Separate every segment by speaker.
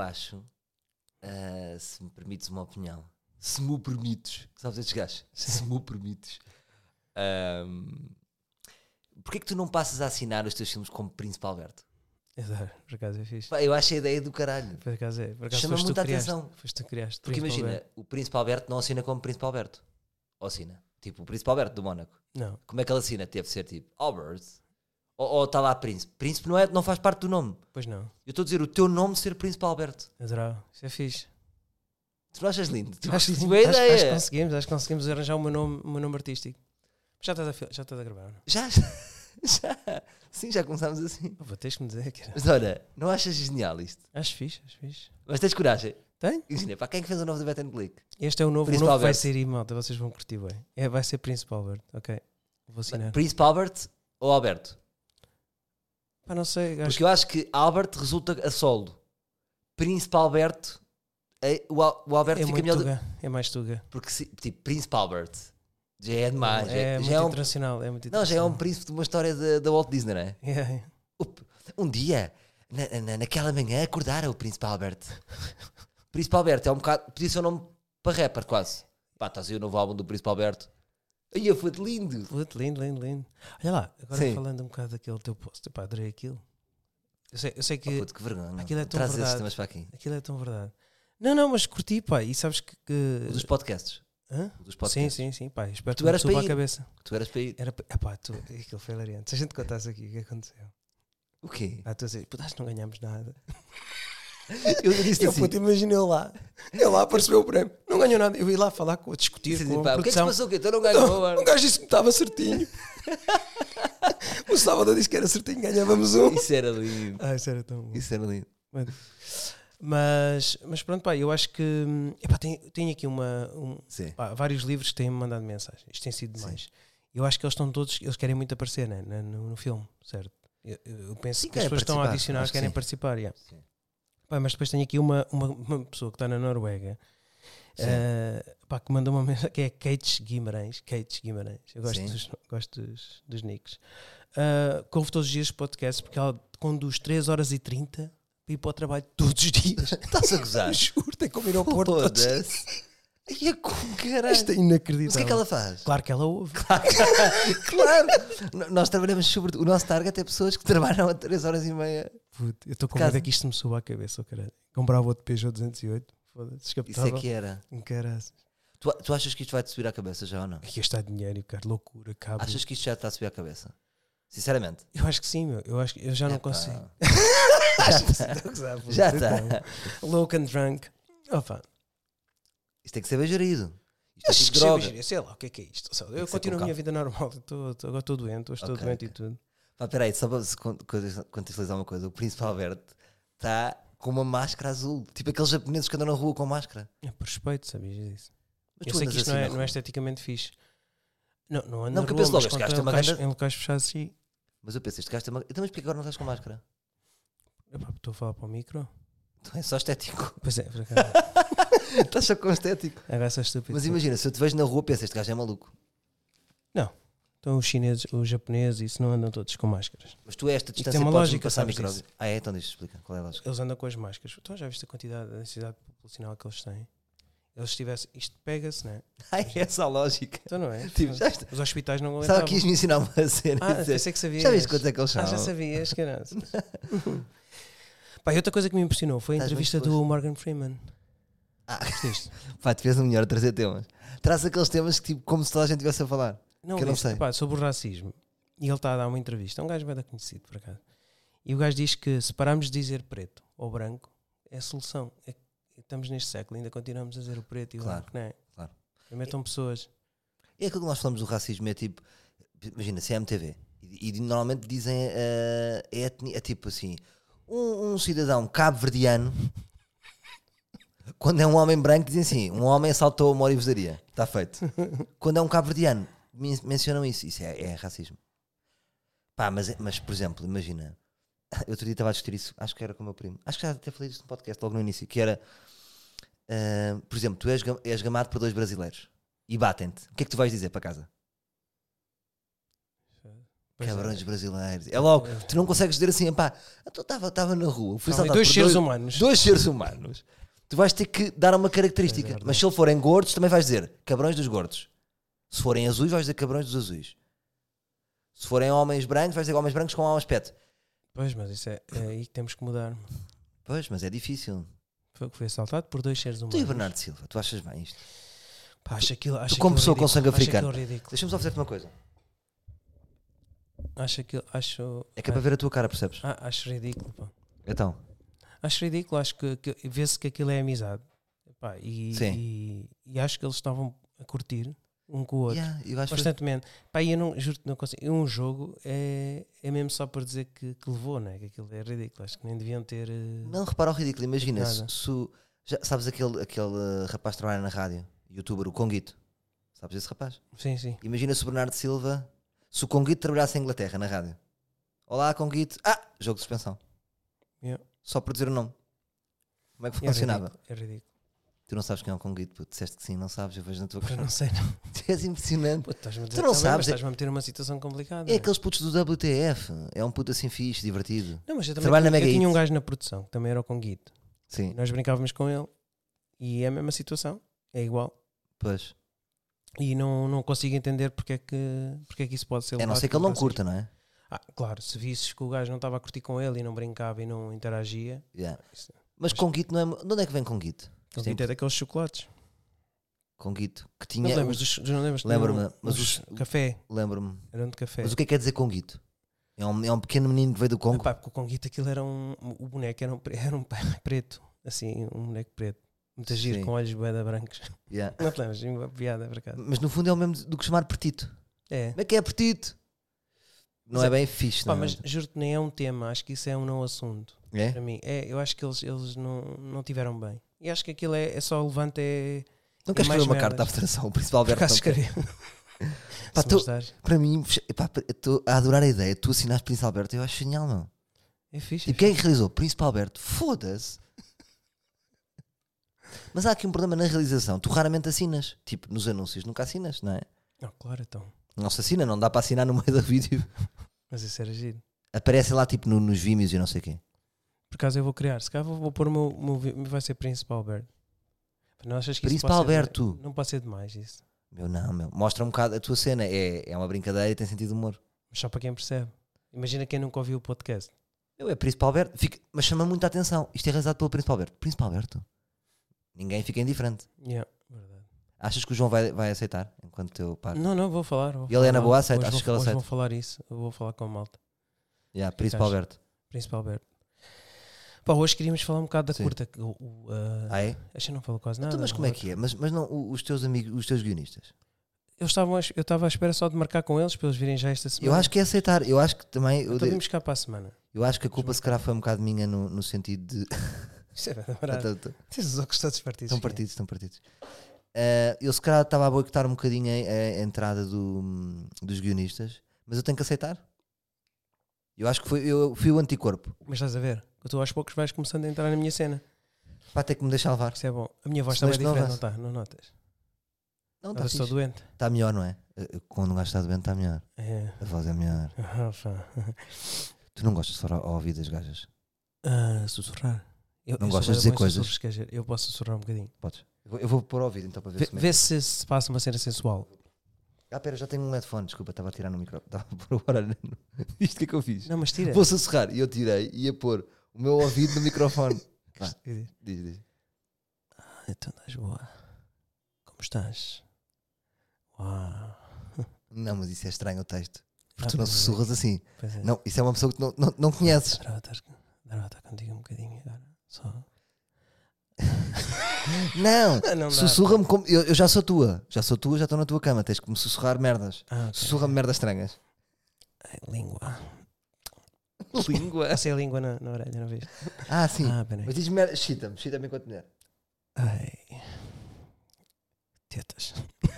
Speaker 1: acho, ah, se me permites uma opinião, se me o permites, sabes estes gajos? Se me o permites, ahm, porquê é que tu não passas a assinar os teus filmes como Príncipe Alberto?
Speaker 2: Adoro, por acaso é fixe.
Speaker 1: Pá, eu acho a ideia do caralho.
Speaker 2: Por acaso é. Por acaso
Speaker 1: Chama
Speaker 2: foste tu
Speaker 1: muita
Speaker 2: que criaste,
Speaker 1: atenção.
Speaker 2: Foste tu que criaste.
Speaker 1: Porque
Speaker 2: Príncipe
Speaker 1: imagina,
Speaker 2: Alberto.
Speaker 1: o Príncipe Alberto não assina como Príncipe Alberto. Ou assina. Tipo, o Príncipe Alberto do Mónaco.
Speaker 2: Não,
Speaker 1: Como é que ele assina? Teve de ser tipo Albert. Ou- Ou está lá Príncipe. Príncipe não, é, não faz parte do nome.
Speaker 2: pois não.
Speaker 1: Eu estou a dizer o teu nome ser Príncipe Alberto.
Speaker 2: Adorava. Isso é fixe.
Speaker 1: Tu não achas lindo? Tu
Speaker 2: Acho,
Speaker 1: achas
Speaker 2: que-
Speaker 1: boa
Speaker 2: acho- acho que
Speaker 1: ideia?
Speaker 2: conseguimos, acho que conseguimos arranjar o meu nome, o meu nome artístico. Mas já estás a, fil- já estás a gravar, não?
Speaker 1: Já, já. Sim, já começámos assim.
Speaker 2: Oh, Vou teres que me dizer, cara.
Speaker 1: Mas olha, não achas genial isto?
Speaker 2: Acho fixe, acho fixe.
Speaker 1: Mas tens coragem.
Speaker 2: Tenho.
Speaker 1: Imagina, para quem é que fez o nome do Betan Click?
Speaker 2: Este é o novo, o
Speaker 1: Príncipe
Speaker 2: novo vai
Speaker 1: Alberto.
Speaker 2: ser aí, malta. Vocês vão curtir bem. É, vai ser Príncipe Albert, ok? Vou assinar.
Speaker 1: Príncipe Albert ou Alberto?
Speaker 2: Pá, não sei, acho
Speaker 1: Porque eu acho que Albert resulta a solo. Príncipe Alberto, eh, o, Al- o Alberto
Speaker 2: é
Speaker 1: fica
Speaker 2: muito
Speaker 1: melhor. do-
Speaker 2: tuga. É mais tuga.
Speaker 1: Porque, se- tipo, Príncipe Albert já é demais. já
Speaker 2: é
Speaker 1: já
Speaker 2: muito
Speaker 1: é um,
Speaker 2: internacional. É muito
Speaker 1: não, já é um
Speaker 2: internacional.
Speaker 1: príncipe de uma história da da Walt Disney, não é?
Speaker 2: É, é.
Speaker 1: Up. Um dia, na, na- naquela manhã, acordaram o Príncipe Albert. Príncipe Alberto é um bocado. Podia ser um nome para rapper, quase. Pá, estás aí o novo álbum do Príncipe Alberto. Aí foi de lindo.
Speaker 2: Puto, lindo, lindo, lindo. Olha lá, agora
Speaker 1: Sim.
Speaker 2: falando um bocado daquele teu post, pá, adorei aquilo. Eu sei, eu sei
Speaker 1: Que,
Speaker 2: que
Speaker 1: Oh, puto, que vergonha.
Speaker 2: aquilo é tão
Speaker 1: Traz esses
Speaker 2: verdade.
Speaker 1: temas para aqui.
Speaker 2: aquilo é tão verdade. Não, não, mas curti, pá, e sabes que. que-
Speaker 1: O dos podcasts.
Speaker 2: Eh, Hã?
Speaker 1: O dos
Speaker 2: Sim,
Speaker 1: podcasts.
Speaker 2: sim, sim, pá, espero
Speaker 1: Tu
Speaker 2: que não
Speaker 1: eras
Speaker 2: te suba
Speaker 1: para
Speaker 2: a
Speaker 1: ir.
Speaker 2: cabeça.
Speaker 1: Que tu eras para ir.
Speaker 2: Era, pa- epá, tu, aquilo foi hilariante. Se a gente contasse aqui o que aconteceu,
Speaker 1: O quê?
Speaker 2: ah, tu a dizer, puto, acho que não ganhámos nada.
Speaker 1: Eu disse
Speaker 2: Eu
Speaker 1: assim.
Speaker 2: puto, imagina eu lá, eu lá apareceu o prémio, não ganhou nada. Eu ia lá falar, com, discutir
Speaker 1: disse assim,
Speaker 2: com
Speaker 1: pá,
Speaker 2: a
Speaker 1: o que é que se
Speaker 2: tipo, produção.
Speaker 1: passou? O quê? Então não ganhou. mano.
Speaker 2: um gajo disse que estava certinho. o sábado disse que era certinho, ganhávamos um.
Speaker 1: Isso era lindo.
Speaker 2: Ah, isso era tão bom.
Speaker 1: Isso era lindo.
Speaker 2: Mas, mas pronto, pá, eu acho que. hum, Epá, tenho, tenho aqui uma. um-
Speaker 1: Sim.
Speaker 2: pá, vários livros que têm-me mandado mensagem. Isto tem sido demais. Eu acho que eles estão todos. Eles querem muito aparecer né, na- no, no filme, certo? Eu, eu- eu penso
Speaker 1: Sim,
Speaker 2: que as
Speaker 1: querem
Speaker 2: pessoas estão a
Speaker 1: participar,
Speaker 2: adicionar,
Speaker 1: acho que
Speaker 2: querem
Speaker 1: sim.
Speaker 2: participar. yeah.
Speaker 1: Sim.
Speaker 2: Pá, mas depois tenho aqui uma, uma, uma pessoa que está na Noruega.
Speaker 1: Sim.
Speaker 2: eh, pá, que mandou uma mensagem que é Kate Guimarães. Kate Guimarães. Eu gosto,
Speaker 1: Sim.
Speaker 2: dos, gosto dos, dos nicks. Uh, que ouve todos os dias podcasts porque ela conduz 3 horas e 30 para ir para o trabalho todos os dias.
Speaker 1: Estás a gozar.
Speaker 2: Juro, tem como ir ao Porto. todos os dias.
Speaker 1: Foda-se. Ai, é com caralho.
Speaker 2: Isto é
Speaker 1: Mas o que
Speaker 2: inacreditável.
Speaker 1: é que ela faz?
Speaker 2: Claro que ela ouve.
Speaker 1: claro! N- Nós trabalhamos sobre. O nosso target é pessoas que trabalham a 3 horas e meia.
Speaker 2: Puto, eu estou com
Speaker 1: Casa.
Speaker 2: medo é que isto me suba à cabeça, oh, caralho. Comprava outro Peugeot 208. Foda-se,
Speaker 1: Isso é
Speaker 2: descapotável.
Speaker 1: que era.
Speaker 2: Um caralho.
Speaker 1: Tu, tu achas que isto vai te subir à cabeça já ou não?
Speaker 2: Aqui está é dinheiro, cara. Loucura, cabo.
Speaker 1: Achas que isto já te está a subir à cabeça? Sinceramente.
Speaker 2: Eu acho que sim, meu. Eu, acho que eu já não
Speaker 1: Epá, tá.
Speaker 2: consigo.
Speaker 1: Já tá.
Speaker 2: está.
Speaker 1: está.
Speaker 2: então. Louco and drunk. Opa,
Speaker 1: Isto tem que ser bem gerido. Isto é
Speaker 2: acho
Speaker 1: tipo
Speaker 2: que
Speaker 1: droga.
Speaker 2: chega, sei lá o que é que é isto. Ou seja,
Speaker 1: que
Speaker 2: eu
Speaker 1: ser
Speaker 2: continuo
Speaker 1: com
Speaker 2: a minha vida normal. Eu tô- tô- agora estou doente, hoje estou
Speaker 1: Ok,
Speaker 2: doente e
Speaker 1: ok.
Speaker 2: tudo.
Speaker 1: Pá, peraí, só para se con- coisa- contextualizar uma coisa. O Príncipe Alberto está com uma máscara azul. Tipo aqueles japoneses que andam na rua com máscara.
Speaker 2: É por respeito, sabias disso?
Speaker 1: Mas
Speaker 2: eu
Speaker 1: tu
Speaker 2: sei
Speaker 1: andas
Speaker 2: que isto
Speaker 1: assim
Speaker 2: não, é,
Speaker 1: na
Speaker 2: não é
Speaker 1: rua.
Speaker 2: esteticamente fixe. Não, não ando
Speaker 1: Não,
Speaker 2: na
Speaker 1: porque
Speaker 2: rua,
Speaker 1: eu penso
Speaker 2: mas
Speaker 1: logo, este
Speaker 2: quando
Speaker 1: gajo
Speaker 2: estou
Speaker 1: tem
Speaker 2: em
Speaker 1: uma
Speaker 2: locais-
Speaker 1: grande-
Speaker 2: em locais fechados sim.
Speaker 1: Mas eu penso, este gajo tem uma. Então, mas porquê agora não estás com máscara?
Speaker 2: Epá, Estou a falar para o micro.
Speaker 1: Então é só estético.
Speaker 2: Pois é, por acaso.
Speaker 1: Estás só com estético.
Speaker 2: Agora sou estúpido.
Speaker 1: Mas imagina, se eu te vejo na rua, pensa, este gajo é maluco.
Speaker 2: Então os chineses, os japoneses, isso não andam todos com máscaras.
Speaker 1: Mas tu a esta
Speaker 2: tem
Speaker 1: distância
Speaker 2: uma
Speaker 1: podes-me
Speaker 2: lógica,
Speaker 1: passar
Speaker 2: sabes
Speaker 1: micróbio. Ah, é? Então deixa explica qual é a lógica.
Speaker 2: Eles andam com as máscaras. Então já viste a quantidade, a densidade populacional que eles têm? Eles tivessem. Isto pega-se, não é?
Speaker 1: Ah, é essa a lógica.
Speaker 2: Então não é?
Speaker 1: Tipo, já está-
Speaker 2: Os hospitais não aguentavam.
Speaker 1: Sabe que ias-me ensinar uma cena.
Speaker 2: Ah,
Speaker 1: e dizer,
Speaker 2: pensei que sabias.
Speaker 1: já viste quanto é que eles são?
Speaker 2: Ah, já sabias, caralho. Pá, e outra coisa que me impressionou foi a
Speaker 1: Estás bem
Speaker 2: entrevista do
Speaker 1: disposto.
Speaker 2: Morgan Freeman.
Speaker 1: Ah.
Speaker 2: Viste?
Speaker 1: Pá, tu fez o melhor trazer temas. Traz aqueles temas que, tipo, como se toda a gente estivesse a falar.
Speaker 2: Não,
Speaker 1: Que eu não
Speaker 2: isto,
Speaker 1: sei.
Speaker 2: pá, sobre o racismo. E ele está a dar uma entrevista. É Um gajo vai dar conhecido, por acaso. E o gajo diz que se pararmos de dizer preto ou branco, é a solução. É que estamos neste século, ainda continuamos a dizer o preto e o
Speaker 1: Claro,
Speaker 2: branco, não é?
Speaker 1: claro.
Speaker 2: Primeiro estão pessoas.
Speaker 1: É aquilo que nós falamos do racismo, é tipo, imagina, CMTV. E, e normalmente dizem eh, a etnia, é tipo assim, um, um cidadão cabo-verdiano, quando é um homem branco, dizem assim, um homem assaltou uma orivesaria. Está feito. Quando é um cabo-verdiano, men- mencionam isso. Isso é, é racismo. Pá, mas, é- mas por exemplo, imagina, eu outro dia estava a discutir isso, acho que era com o meu primo, acho que já até falei disso no podcast logo no início, que era, eh, por exemplo, tu és, ga- és gamado por dois brasileiros e batem-te, o que é que tu vais dizer para casa?
Speaker 2: Pois é.
Speaker 1: Cabrões brasileiros. É logo, tu não consegues dizer assim, pá, eu estava na rua, fui
Speaker 2: Estavam
Speaker 1: saltado
Speaker 2: dois
Speaker 1: por
Speaker 2: seres humanos.
Speaker 1: Dois seres humanos. Tu vais ter que dar uma
Speaker 2: É
Speaker 1: característica. mas se eles forem gordos, também vais dizer cabrões dos gordos. Se forem azuis, vais dizer cabrões dos azuis. Se forem homens brancos, vais dizer homens brancos com mau aspecto.
Speaker 2: Pois, mas isso é, é aí que temos que mudar.
Speaker 1: Pois, mas é difícil.
Speaker 2: Foi que foi assaltado por dois seres
Speaker 1: Tu Então e
Speaker 2: humanos.
Speaker 1: Bernardo Silva, tu achas bem isto?
Speaker 2: Pá, acho aquilo, acho
Speaker 1: tu como pessoa
Speaker 2: aquilo
Speaker 1: com
Speaker 2: ridículo,
Speaker 1: sangue
Speaker 2: acho
Speaker 1: africano.
Speaker 2: aquilo ridículo.
Speaker 1: Deixa-me só fazer-te uma coisa.
Speaker 2: Acho aquilo, acho.
Speaker 1: É que é para ver a tua cara, percebes?
Speaker 2: Ah, acho ridículo, pá.
Speaker 1: Então,
Speaker 2: Acho ridículo, acho que, que vê-se que aquilo é amizade. Pá, e,
Speaker 1: Sim.
Speaker 2: e, e acho que eles estavam a curtir um com o outro.
Speaker 1: yeah, eu acho que
Speaker 2: Constantemente. Pá, e eu não, juro não consigo. e Um jogo é, é mesmo só para dizer que, que levou, né? Que aquilo é ridículo. Acho que nem deviam ter. eh,
Speaker 1: Não, repara o ridículo. Imagina, se,
Speaker 2: Nada.
Speaker 1: se o- já, sabes aquele, aquele eh, rapaz que trabalha na rádio, youtuber, o Conguito. Sabes esse rapaz?
Speaker 2: Sim, sim.
Speaker 1: Imagina se o Bernardo Silva, se o Conguito trabalhasse em Inglaterra na rádio. Olá, Conguito. Ah, jogo de suspensão.
Speaker 2: Yeah.
Speaker 1: Só por dizer o nome. Como é que
Speaker 2: É
Speaker 1: funcionava?
Speaker 2: ridículo, É ridículo.
Speaker 1: tu não sabes quem é o Conguito, puto. Disseste que sim, não sabes, eu vejo na tua
Speaker 2: Eu
Speaker 1: cara.
Speaker 2: não sei, não.
Speaker 1: Tu és impressionante.
Speaker 2: Pô, estás-me a
Speaker 1: Tu
Speaker 2: dizer
Speaker 1: não
Speaker 2: que tá bem,
Speaker 1: sabes,
Speaker 2: mas
Speaker 1: é-
Speaker 2: Estás-me a meter numa situação complicada.
Speaker 1: É
Speaker 2: né?
Speaker 1: aqueles putos do WTF. É um puto assim fixe, divertido.
Speaker 2: Não, mas eu também
Speaker 1: Trabalho na
Speaker 2: tinha,
Speaker 1: Mega
Speaker 2: eu tinha um
Speaker 1: Hits.
Speaker 2: gajo na produção, que também era o Conguito. E
Speaker 1: Sim,
Speaker 2: nós brincávamos com ele e é a mesma situação, é igual.
Speaker 1: pois.
Speaker 2: E não, não consigo entender porque é, que, porque é que isso pode
Speaker 1: É
Speaker 2: ser
Speaker 1: a não
Speaker 2: levado
Speaker 1: ser que ele não
Speaker 2: como racismo.
Speaker 1: curta, não é?
Speaker 2: Ah, claro, se visses que o gajo não estava a curtir com ele e não brincava e não interagia,
Speaker 1: Yeah.
Speaker 2: isso-
Speaker 1: Mas Conguito não é. De onde é que vem Conguito?
Speaker 2: o Conguito é daqueles chocolates.
Speaker 1: Conguito. Que
Speaker 2: Não
Speaker 1: tinha.
Speaker 2: te lembras dos. Não lembras
Speaker 1: Lembro-me, mas
Speaker 2: os.
Speaker 1: os-
Speaker 2: Café,
Speaker 1: Lembro-me.
Speaker 2: eram de café.
Speaker 1: Mas o que é que quer dizer Conguito? É um, é um pequeno menino que veio do Congo.
Speaker 2: Epá, porque o Conguito aquilo era um. O boneco era um, pre- era um preto, assim, um boneco preto. Muito giro,
Speaker 1: Sim.
Speaker 2: com olhos beda brancos.
Speaker 1: Yeah.
Speaker 2: Não te lembras? Uma piada, por acaso.
Speaker 1: Mas no fundo é o mesmo do que chamar Petito.
Speaker 2: É.
Speaker 1: Como é que é Petito? Não
Speaker 2: Mas
Speaker 1: é bem fixe,
Speaker 2: Pá,
Speaker 1: não é?
Speaker 2: mas juro-te, nem é um tema. Acho que isso é um não assunto.
Speaker 1: É?
Speaker 2: Para mim, é, eu acho que eles, eles não, não tiveram bem. E acho que aquilo é, é só levante. É,
Speaker 1: Não queres escrever
Speaker 2: mais
Speaker 1: uma
Speaker 2: merdas.
Speaker 1: carta à Federação, o principal
Speaker 2: por
Speaker 1: Alberto?
Speaker 2: acaso
Speaker 1: não quer?
Speaker 2: escrevi.
Speaker 1: um Pá,
Speaker 2: Se
Speaker 1: tu-
Speaker 2: mostrares.
Speaker 1: Para mim, fecha- epá, eu estou a adorar a ideia. Tu assinaste Príncipe Alberto, eu acho genial, não.
Speaker 2: É fixe.
Speaker 1: E
Speaker 2: é
Speaker 1: quem é que realizou? Príncipe Alberto, foda-se. Mas há aqui um problema na realização. Tu raramente assinas. Tipo, nos anúncios nunca assinas, não é?
Speaker 2: fixe. Não, claro, então.
Speaker 1: Não se assina, não dá para assinar no meio do vídeo.
Speaker 2: Mas isso era giro.
Speaker 1: Aparece lá, tipo, no- nos Vimeos e não sei o quê.
Speaker 2: Por acaso eu vou criar. Se calhar vou, vou pôr o meu, o meu vi- Vai ser Príncipe Alberto. Não achas que isso
Speaker 1: Príncipe
Speaker 2: pode ser-
Speaker 1: Alberto.
Speaker 2: não pode ser demais isso.
Speaker 1: Meu, não, meu. Mostra um bocado a tua cena. É, é uma brincadeira e tem sentido de humor.
Speaker 2: Mas só para quem percebe. Imagina quem nunca ouviu o podcast.
Speaker 1: Meu, é Príncipe Alberto. Fica- mas chama muita atenção. Isto é realizado pelo Príncipe Alberto. Príncipe Alberto. Ninguém fica indiferente.
Speaker 2: Yeah, verdade.
Speaker 1: Achas que o João vai, vai aceitar enquanto teu par?
Speaker 2: Não, não, vou falar. Vou
Speaker 1: E ele é na
Speaker 2: falar.
Speaker 1: boa, aceita,
Speaker 2: Hoje
Speaker 1: achas
Speaker 2: vou-
Speaker 1: que ele
Speaker 2: hoje
Speaker 1: aceita?
Speaker 2: vou falar isso. Eu Vou falar com a malta.
Speaker 1: Yeah, Príncipe
Speaker 2: achas?
Speaker 1: Alberto.
Speaker 2: Príncipe Alberto. Pá, hoje queríamos falar um bocado da
Speaker 1: Sim.
Speaker 2: curta. que O, o, ah,
Speaker 1: Ah, é?
Speaker 2: acho que não falou quase nada.
Speaker 1: Então, mas como é que é? Mas, mas não, o- os teus amigos, os teus guionistas?
Speaker 2: Eu estava, à es- eu estava à espera só de marcar com eles para eles virem já esta semana.
Speaker 1: Eu acho que é aceitar. Eu acho que também. Eu,
Speaker 2: Então
Speaker 1: de-
Speaker 2: vimos cá para a semana.
Speaker 1: eu acho que a culpa se calhar foi um bocado minha no, no sentido de.
Speaker 2: Isto é bem
Speaker 1: Então-
Speaker 2: demorado. Tens os óculos todos partidos.
Speaker 1: Estão
Speaker 2: que é.
Speaker 1: partidos, estão partidos. Ah, eu se calhar estava a boicotar um bocadinho a, a entrada do- dos guionistas, mas eu tenho que aceitar. Eu acho que foi, eu fui o anticorpo.
Speaker 2: Mas estás a ver? Eu tu aos poucos vais começando a entrar na minha cena.
Speaker 1: Pá, ter que me deixar levar.
Speaker 2: Isso é bom. A minha voz
Speaker 1: Se
Speaker 2: também é
Speaker 1: deste não
Speaker 2: diferente, não
Speaker 1: avança.
Speaker 2: está? Não notas?
Speaker 1: Não, tá
Speaker 2: Mas eu
Speaker 1: está
Speaker 2: estou doente.
Speaker 1: Está melhor, não é? Eh, Quando um gajo está doente, está melhor.
Speaker 2: É.
Speaker 1: A voz é melhor. Tu não gostas de falar ao ouvido das gajas?
Speaker 2: Ah, sussurrar. Eu,
Speaker 1: Não
Speaker 2: eu sou
Speaker 1: gostas de
Speaker 2: bué
Speaker 1: dizer
Speaker 2: bom em
Speaker 1: coisas?
Speaker 2: sussurros, quer dizer, Eu posso sussurrar um bocadinho.
Speaker 1: Podes. Eu vou, eu vou pôr ao ouvido então para ver
Speaker 2: Vê,
Speaker 1: se. como é que-
Speaker 2: vê se se passa uma cena sensual.
Speaker 1: Ah, pera, já tenho um headphone, desculpa, estava a tirar no microfone. Estava a pôr agora. no- Isto que é que eu fiz?
Speaker 2: Não, mas tira.
Speaker 1: Vou sussurrar. E eu tirei e ia pôr o meu ouvido no microfone. Vá,
Speaker 2: Quer dizer,
Speaker 1: diz, diz.
Speaker 2: Então estás boa. Como estás? Uau.
Speaker 1: Não, mas isso é estranho o texto.
Speaker 2: Ah,
Speaker 1: Porque tu não
Speaker 2: pois é,
Speaker 1: sussurras assim.
Speaker 2: pois é.
Speaker 1: Não, isso é uma pessoa que tu não, não, não conheces.
Speaker 2: Dará estar, dará estar contigo um bocadinho agora. Só.
Speaker 1: Não!
Speaker 2: não
Speaker 1: Sussurra-me como. Eu, eu já sou tua. Já sou tua, já estou na tua cama. Tens que me sussurrar merdas.
Speaker 2: Ah, ok.
Speaker 1: Sussurra-me merdas estranhas.
Speaker 2: Ai, língua.
Speaker 1: Língua.
Speaker 2: Passei a língua na, na orelha, não viste?
Speaker 1: Ah, sim.
Speaker 2: Ah, peraí.
Speaker 1: Mas diz merda. Chita-me, chita-me enquanto mulher.
Speaker 2: Ai. Tetas.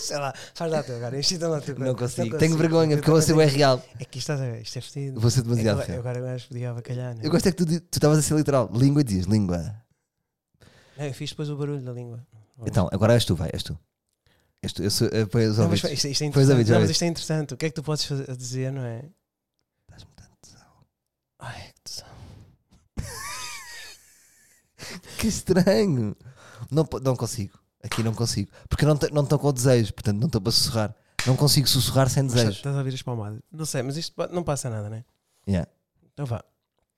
Speaker 2: Sei lá, faz lá tu agora. Enchita lá tu.
Speaker 1: Não consigo. Tenho vergonha porque eu vou ser o
Speaker 2: também
Speaker 1: R real.
Speaker 2: tenho- É que isto estás a ver, isto é
Speaker 1: Eu
Speaker 2: fedido.
Speaker 1: Vou ser
Speaker 2: É que
Speaker 1: demasiado
Speaker 2: agora-
Speaker 1: real.
Speaker 2: agora o gajo podia abacalhar, né?
Speaker 1: Eu gosto é que tu di- tu estavas a ser literal. Língua diz, língua.
Speaker 2: É, Não, eu fiz depois o barulho da língua.
Speaker 1: Então, agora és tu, vai, és tu. Isto, eu sou, eu ponho os
Speaker 2: Não, mas
Speaker 1: ouvidos.
Speaker 2: isto, isto é
Speaker 1: Põe os ouvidos,
Speaker 2: interessante. Não, mas
Speaker 1: ouvidos.
Speaker 2: isto é interessante. O que é que tu podes fazer- dizer, não é?
Speaker 1: Dás-me tanto tesão.
Speaker 2: Ai, que tesão.
Speaker 1: Que estranho. Não, po- não consigo. Aqui não consigo. Porque eu não te- não estou com o desejo, portanto não estou para sussurrar. Não consigo sussurrar sem
Speaker 2: Mas
Speaker 1: desejo.
Speaker 2: Estás a ouvir as palmadas? Não sei, mas isto pa- não passa nada, não é?
Speaker 1: Yeah.
Speaker 2: Então vá.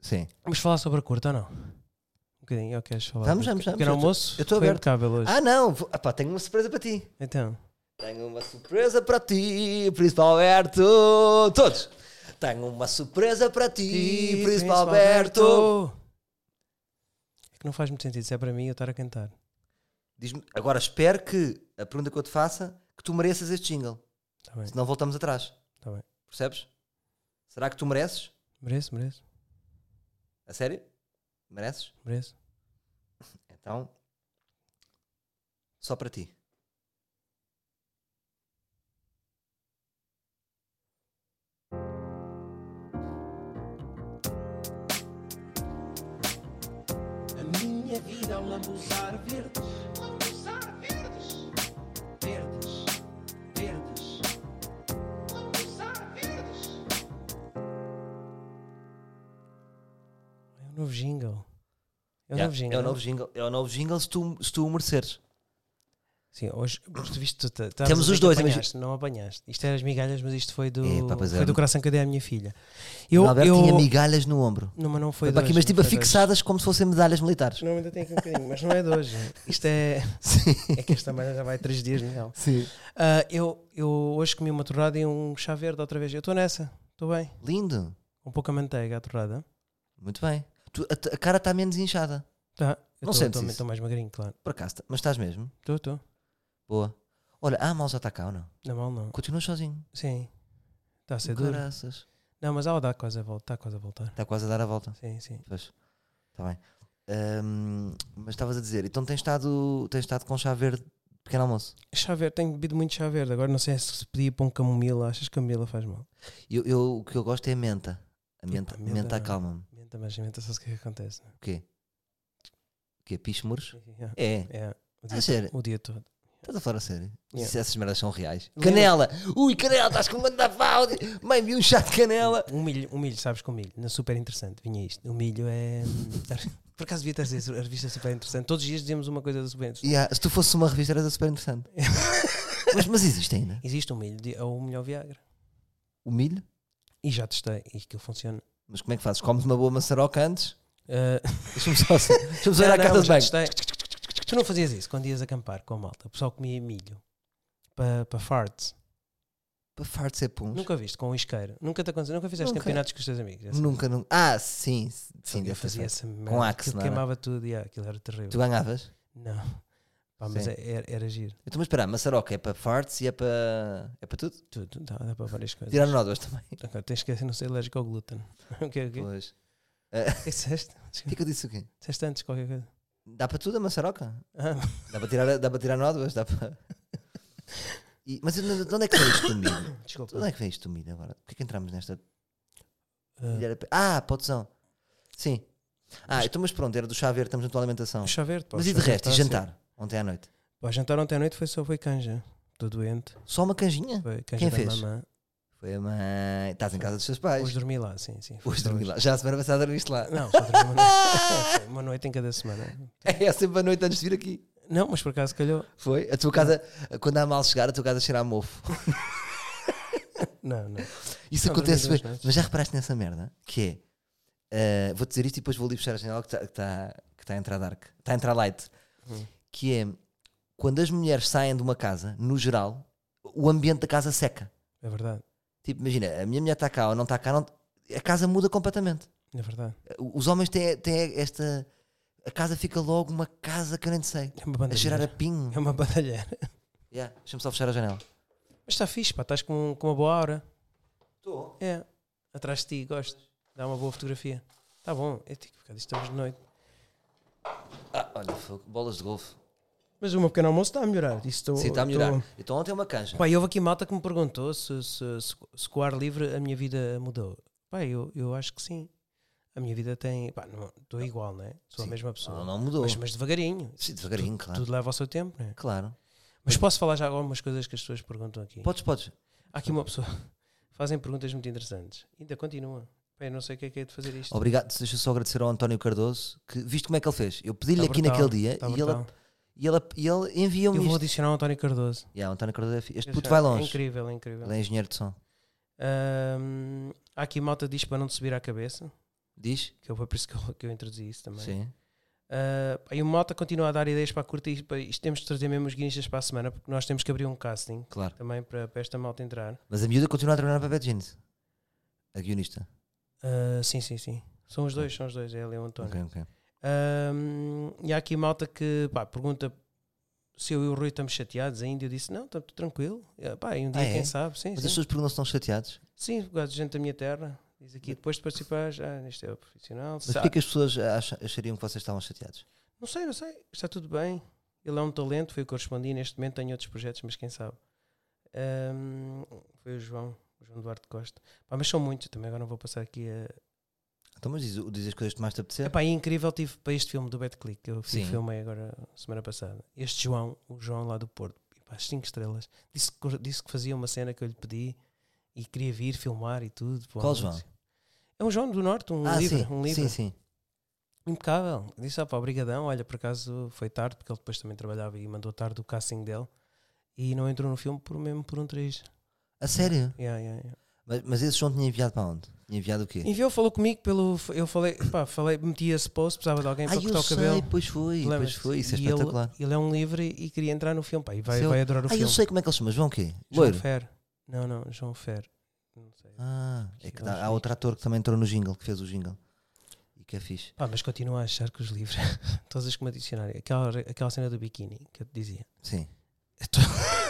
Speaker 1: Sim.
Speaker 2: Vamos falar sobre a curta ou não? Um bocadinho, eu queres falar?
Speaker 1: Vamos,
Speaker 2: do
Speaker 1: vamos, vamos.
Speaker 2: pequeno
Speaker 1: Eu tô-
Speaker 2: almoço?
Speaker 1: eu tô
Speaker 2: Foi
Speaker 1: aberto.
Speaker 2: impecável hoje.
Speaker 1: Ah, não. vou- ah, pá, tenho uma surpresa para ti.
Speaker 2: Então,
Speaker 1: Tenho uma surpresa para ti, Príncipe Alberto. Todos. Tenho uma surpresa para ti, Príncipe, Alberto.
Speaker 2: É que não faz muito sentido, se é para mim eu estar a cantar.
Speaker 1: Diz-me, agora espero que a pergunta que eu te faça, que tu mereças este jingle.
Speaker 2: Está Tá bem,
Speaker 1: Senão voltamos atrás.
Speaker 2: está bem.
Speaker 1: Percebes? Será que tu mereces?
Speaker 2: Mereço, mereço,
Speaker 1: A sério? Mereces?
Speaker 2: mereço.
Speaker 1: Então, só para ti.
Speaker 3: A minha vida ao lambuzar verdes. Lambuzar verdes. Verdes. Verdes. Lambuzar verdes.
Speaker 2: É um novo jingle. É um
Speaker 1: Yeah,
Speaker 2: novo jingle.
Speaker 1: É o novo jingle. É o novo jingle se tu, se tu o mereceres.
Speaker 2: Sim, hoje, mas tu viste, tu, tu, estavas
Speaker 1: Temos
Speaker 2: a dizer
Speaker 1: os
Speaker 2: que
Speaker 1: dois,
Speaker 2: apanhaste, Não apanhaste. Isto era as migalhas, mas isto foi do,
Speaker 1: Epá, pois é.
Speaker 2: foi do coração que eu dei à minha filha.
Speaker 1: Eu,
Speaker 2: Eu,
Speaker 1: Alberto
Speaker 2: eu,
Speaker 1: tinha migalhas no ombro.
Speaker 2: Não, mas não foi
Speaker 1: Foi para aqui,
Speaker 2: de hoje,
Speaker 1: mas
Speaker 2: não
Speaker 1: tipo
Speaker 2: foi de hoje.
Speaker 1: afixadas como se fossem medalhas militares.
Speaker 2: Não, ainda tem aqui um bocadinho, mas não é de hoje. Isto é. É que esta manhã já vai três dias, Miguel.
Speaker 1: Sim.
Speaker 2: Ah, eu, eu hoje comi uma torrada e um chá verde outra vez. Eu estou nessa, estou bem.
Speaker 1: Lindo.
Speaker 2: Com pouca manteiga a torrada.
Speaker 1: Muito bem. Tu- a, t- a cara está menos inchada.
Speaker 2: Tá. Eu
Speaker 1: Não
Speaker 2: tô-
Speaker 1: sentes
Speaker 2: tô-
Speaker 1: isso?
Speaker 2: tô mais magrinho, claro.
Speaker 1: Por acaso, tá- mas estás mesmo?
Speaker 2: Estou, estou.
Speaker 1: Boa. Olha, ah, mal já está cá ou não?
Speaker 2: Na mal não.
Speaker 1: Continuas sozinho.
Speaker 2: Sim. Está a ser duro.
Speaker 1: Caraças.
Speaker 2: Não, mas ela dá quase a volta. Está quase a voltar.
Speaker 1: Está quase a dar a volta.
Speaker 2: Sim, sim.
Speaker 1: Pois. Está bem. Ahm, mas estavas a dizer, então tens estado, tens estado com chá verde de pequeno almoço.
Speaker 2: Chá verde, tenho bebido muito chá verde. Agora não sei se se pedir para um camomila. Achas que camomila faz mal?
Speaker 1: Eu, eu- o que eu gosto é a menta. A menta,
Speaker 2: Tipo, menta- é
Speaker 1: menta acalma-me.
Speaker 2: Menta, mas menta, só o que é que acontece. né?
Speaker 1: O quê? O quê? Pichemores?
Speaker 2: Yeah.
Speaker 1: É.
Speaker 2: Yeah. O,
Speaker 1: A
Speaker 2: dia,
Speaker 1: sério.
Speaker 2: o dia todo.
Speaker 1: Estás a falar a sério?
Speaker 2: Yeah.
Speaker 1: Se essas merdas são reais.
Speaker 2: Lembra-
Speaker 1: Canela! Ui, canela, estás com uma da balde! Mãe, vi um chá de canela!
Speaker 2: Um milho, um milho, sabes que o milho, não é super interessante, vinha isto. O milho é. Por acaso devia estar a dizer, a revista é super interessante. Todos os dias dizemos uma coisa da super interessante.
Speaker 1: Yeah, se tu fosses uma revista, era super interessante.
Speaker 2: É.
Speaker 1: mas, mas existe ainda.
Speaker 2: Existe um milho, de- é o melhor Viagra.
Speaker 1: O milho?
Speaker 2: E já testei, e aquilo funciona.
Speaker 1: Mas como é que fazes? Comes uma boa maçaroca antes?
Speaker 2: Ah,
Speaker 1: Deixa-me só, assim. deixa só
Speaker 2: não,
Speaker 1: olhar a
Speaker 2: não,
Speaker 1: carta
Speaker 2: mas
Speaker 1: de
Speaker 2: já
Speaker 1: banco.
Speaker 2: testei. Tu não fazias isso quando ias acampar com a malta? O pessoal comia milho para pa farts.
Speaker 1: Para farto ser é puns.
Speaker 2: Nunca viste com um isqueiro. Nunca te aconteceu, nunca fizeste
Speaker 1: Nunca.
Speaker 2: campeonatos com os teus amigos. Assim, Essa-
Speaker 1: Nunca, nunca. Ah, sim, sim,
Speaker 2: eu
Speaker 1: deve ter
Speaker 2: fazia
Speaker 1: feito.
Speaker 2: essa merda.
Speaker 1: axe,
Speaker 2: aquilo
Speaker 1: não era?
Speaker 2: queimava tudo e ah, aquilo era terrível.
Speaker 1: Tu ganhavas?
Speaker 2: Não. Pá, mas
Speaker 1: Sim.
Speaker 2: é- era, era giro.
Speaker 1: Eu estou a esperar, maçaroca é para farts e é para. é para tudo?
Speaker 2: Tudo, dá, dá para várias coisas.
Speaker 1: Tirar nódoas também.
Speaker 2: Agora tens que não ser alérgico ao glúten. O que é o quê? O
Speaker 1: Pois.
Speaker 2: que disseste?
Speaker 1: O que é que eu disse o quê?
Speaker 2: Disseste antes qualquer coisa.
Speaker 1: Dá para tudo a maçaroca?
Speaker 2: Ah,
Speaker 1: Dá para tirar, dá para tirar nódoas? Dá para. E- mas de onde de onde é que vem isto do milho? De
Speaker 2: desculpa.
Speaker 1: onde é que vem isto do milho agora? Porquê que entramos nesta.
Speaker 2: Ah,
Speaker 1: Era- Ah, potzão. Sim. Ah, então, mas pronto, era do chá verde, estamos na tua alimentação.
Speaker 2: o chá verde, pá,
Speaker 1: Mas
Speaker 2: o
Speaker 1: e
Speaker 2: chá
Speaker 1: de
Speaker 2: verde
Speaker 1: resto, e
Speaker 2: está a
Speaker 1: jantar? Ontem à noite.
Speaker 2: ser- Pá, jantar ontem à noite foi só foi canja. Estou doente.
Speaker 1: Só uma canjinha?
Speaker 2: Foi canja
Speaker 1: Quem
Speaker 2: da
Speaker 1: fez?
Speaker 2: mamã.
Speaker 1: Foi a mãe. Estás em casa dos teus pais.
Speaker 2: Hoje dormi lá, sim, sim. foi
Speaker 1: Hoje
Speaker 2: só
Speaker 1: dormi lá. Já a semana passada dormiste lá.
Speaker 2: Não, só dormi uma noite. Foi uma noite em cada semana.
Speaker 1: É sempre a noite antes de vir aqui.
Speaker 2: Não, mas por acaso calhou.
Speaker 1: Foi? A tua casa, quando há mal chegar, a tua casa cheira a mofo.
Speaker 2: Não, não.
Speaker 1: Isso
Speaker 2: Não,
Speaker 1: acontece
Speaker 2: dormi duas
Speaker 1: bem.
Speaker 2: noites.
Speaker 1: Mas já reparaste nessa merda? Que é. eh, vou dizer isto e depois vou ali puxar a janela que está que tá a entrar dark. Está a entrar light.
Speaker 2: Hum.
Speaker 1: Que é. Quando as mulheres saem de uma casa, no geral, o ambiente da casa seca.
Speaker 2: É verdade.
Speaker 1: Tipo, imagina, a minha mulher está cá ou não está cá, não- a casa muda completamente.
Speaker 2: É verdade.
Speaker 1: Os homens têm, têm esta. A casa fica logo uma casa que eu nem sei.
Speaker 2: É uma
Speaker 1: A cheirar a
Speaker 2: bandalheira.
Speaker 1: pinho.
Speaker 2: É uma bandalheira.
Speaker 1: Yeah, Deixa-me só fechar a janela.
Speaker 2: Mas está fixe, pá. Estás com, com uma boa aura.
Speaker 1: Estou.
Speaker 2: É. Atrás de ti, gosto. Dá uma boa fotografia. Está bom. É tipo, bocado estamos de noite.
Speaker 1: Ah, olha, fogo, bolas de golfe.
Speaker 2: Mas o meu pequeno almoço está a melhorar. Isso estou-
Speaker 1: Sim, está a
Speaker 2: estou-
Speaker 1: melhorar. Então ontem é uma canja.
Speaker 2: Pá, e houve aqui malta que me perguntou se, se, se, se com o ar livre a minha vida mudou. Pá, eu, eu acho que sim. A minha vida tem. Pá, não- estou igual, não é? Sou
Speaker 1: Sim.
Speaker 2: a mesma pessoa.
Speaker 1: Não, não mudou.
Speaker 2: Mas, mas devagarinho.
Speaker 1: Sim, devagarinho, claro.
Speaker 2: Tudo leva ao seu tempo, não é?
Speaker 1: Claro.
Speaker 2: Mas posso falar já algumas coisas que as pessoas perguntam aqui.
Speaker 1: Podes, podes.
Speaker 2: Há aqui uma pessoa. Fazem perguntas muito interessantes. Ainda continua. Bem, não sei o que é que é de fazer isto.
Speaker 1: Obrigado, deixa só agradecer ao António Cardoso, que viste como é que ele fez? Eu pedi-lhe
Speaker 2: Está
Speaker 1: aqui
Speaker 2: Tá brutal,
Speaker 1: naquele dia
Speaker 2: está
Speaker 1: e
Speaker 2: brutal.
Speaker 1: ele, e ele, e ele
Speaker 2: tá Eu
Speaker 1: enviou-me
Speaker 2: vou
Speaker 1: isto.
Speaker 2: adicionar o António Cardoso.
Speaker 1: Yeah, o António Cardoso é fi- Este
Speaker 2: Eu
Speaker 1: puto
Speaker 2: já-
Speaker 1: vai
Speaker 2: É
Speaker 1: longe.
Speaker 2: incrível, é incrível.
Speaker 1: Ele é engenheiro de som.
Speaker 2: Ahm, há aqui malta diz para não te subir à cabeça,
Speaker 1: Diz?
Speaker 2: que eu- foi por isso que eu, que eu introduzi isso também.
Speaker 1: Sim.
Speaker 2: Ah, aí o malta continua a dar ideias para a curta e para isto temos de trazer mesmo os guionistas para a semana, porque nós temos que abrir um casting
Speaker 1: Claro.
Speaker 2: também para, para esta malta entrar.
Speaker 1: Mas a miúda continua a trabalhar para Bad Jeans. A guionista.
Speaker 2: Ah, sim, sim, sim. São os dois, são os dois, é ele e o António.
Speaker 1: Ok, ok.
Speaker 2: Ahm, e há aqui malta que pá, pergunta se eu e o Rui estamos chateados ainda. Eu disse: Não, estamos tranquilo. Eh, Pá, e um dia,
Speaker 1: Ah, é?
Speaker 2: quem sabe? Sim,
Speaker 1: Mas
Speaker 2: sim.
Speaker 1: as pessoas perguntam se estão chateados.
Speaker 2: Sim, por causa de gente da minha terra. Diz aqui: Depois de participar, já, neste é o profissional.
Speaker 1: Mas
Speaker 2: Sa-
Speaker 1: porquê que as pessoas acha- achariam que vocês estavam chateados?
Speaker 2: Não sei, não sei. Está tudo bem. Ele é um talento, foi o que eu respondi. Neste momento tenho outros projetos, mas quem sabe. Ahm, foi o João, o João Duarte Costa. Pá, mas são muitos, eu também agora não vou passar aqui a,
Speaker 1: Então, mas diz, diz as coisas que mais te apetecer.
Speaker 2: Epá, é incrível, tive para este filme do Bad Click, que eu fi-
Speaker 1: Sim.
Speaker 2: filmei agora semana passada. Este João, o João lá do Porto, epá, as 5 estrelas, disse que, disse que fazia uma cena que eu lhe pedi e queria vir filmar e tudo. pô,
Speaker 1: Qual
Speaker 2: não
Speaker 1: João?
Speaker 2: sei. É um João do Norte, um
Speaker 1: ah,
Speaker 2: livro,
Speaker 1: sim.
Speaker 2: um livro
Speaker 1: sim, sim.
Speaker 2: impecável. Disse, opa, obrigadão, olha, por acaso foi tarde, porque ele depois também trabalhava e mandou tarde o casting dele e não entrou no filme por mesmo por um 3.
Speaker 1: A sério?
Speaker 2: Yeah, yeah, yeah.
Speaker 1: Mas, mas esse João tinha enviado para onde? Tinha enviado o quê?
Speaker 2: Enviou, falou comigo pelo. Eu falei, pá, falei, meti esse post, precisava de alguém
Speaker 1: Ah,
Speaker 2: é para cortar
Speaker 1: eu
Speaker 2: o cabelo.
Speaker 1: sei, pois foi, pois
Speaker 2: Lembras-te?
Speaker 1: foi, isso é
Speaker 2: E
Speaker 1: espetacular.
Speaker 2: Ele, ele é um livre e queria entrar no filme, pá, e vai,
Speaker 1: Seu-
Speaker 2: vai adorar o
Speaker 1: Ah,
Speaker 2: filme.
Speaker 1: eu sei como é que ele se chama, João o quê?
Speaker 2: João
Speaker 1: Loiro?
Speaker 2: Fer. Não, não, João Fer. Não sei.
Speaker 1: Ah, é que
Speaker 2: Eu
Speaker 1: dá- há
Speaker 2: sei.
Speaker 1: outro ator que também entrou no jingle, que fez o jingle. E que é fixe.
Speaker 2: Pá, mas continuo a achar que os livros, todas as que me adicionarem, aquela, aquela cena do biquíni que eu te dizia,
Speaker 1: Sim.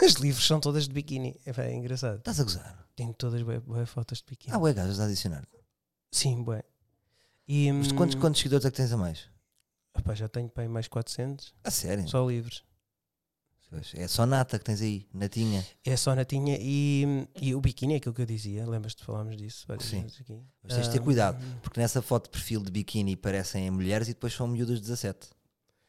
Speaker 2: os livros são todas de biquíni, é, pá, é engraçado.
Speaker 1: Estás a gozar?
Speaker 2: Tenho todas bué- bué fotos de biquíni.
Speaker 1: Ah, ué, gajas a adicionar.
Speaker 2: Sim, bué. E,
Speaker 1: Mas
Speaker 2: hum,
Speaker 1: quantos, quantos seguidores é que tens a mais?
Speaker 2: pá, já tenho pá, aí mais 400,
Speaker 1: A sério?
Speaker 2: só livros.
Speaker 1: Pois, É só nata que tens aí, natinha.
Speaker 2: É só natinha e, e o biquíni é aquilo que eu dizia, lembras-te, falámos disso várias
Speaker 1: Sim.
Speaker 2: vezes aqui.
Speaker 1: Mas tens de ter
Speaker 2: Ah,
Speaker 1: cuidado, porque nessa foto de perfil de biquíni parecem mulheres e depois são miúdas de 17.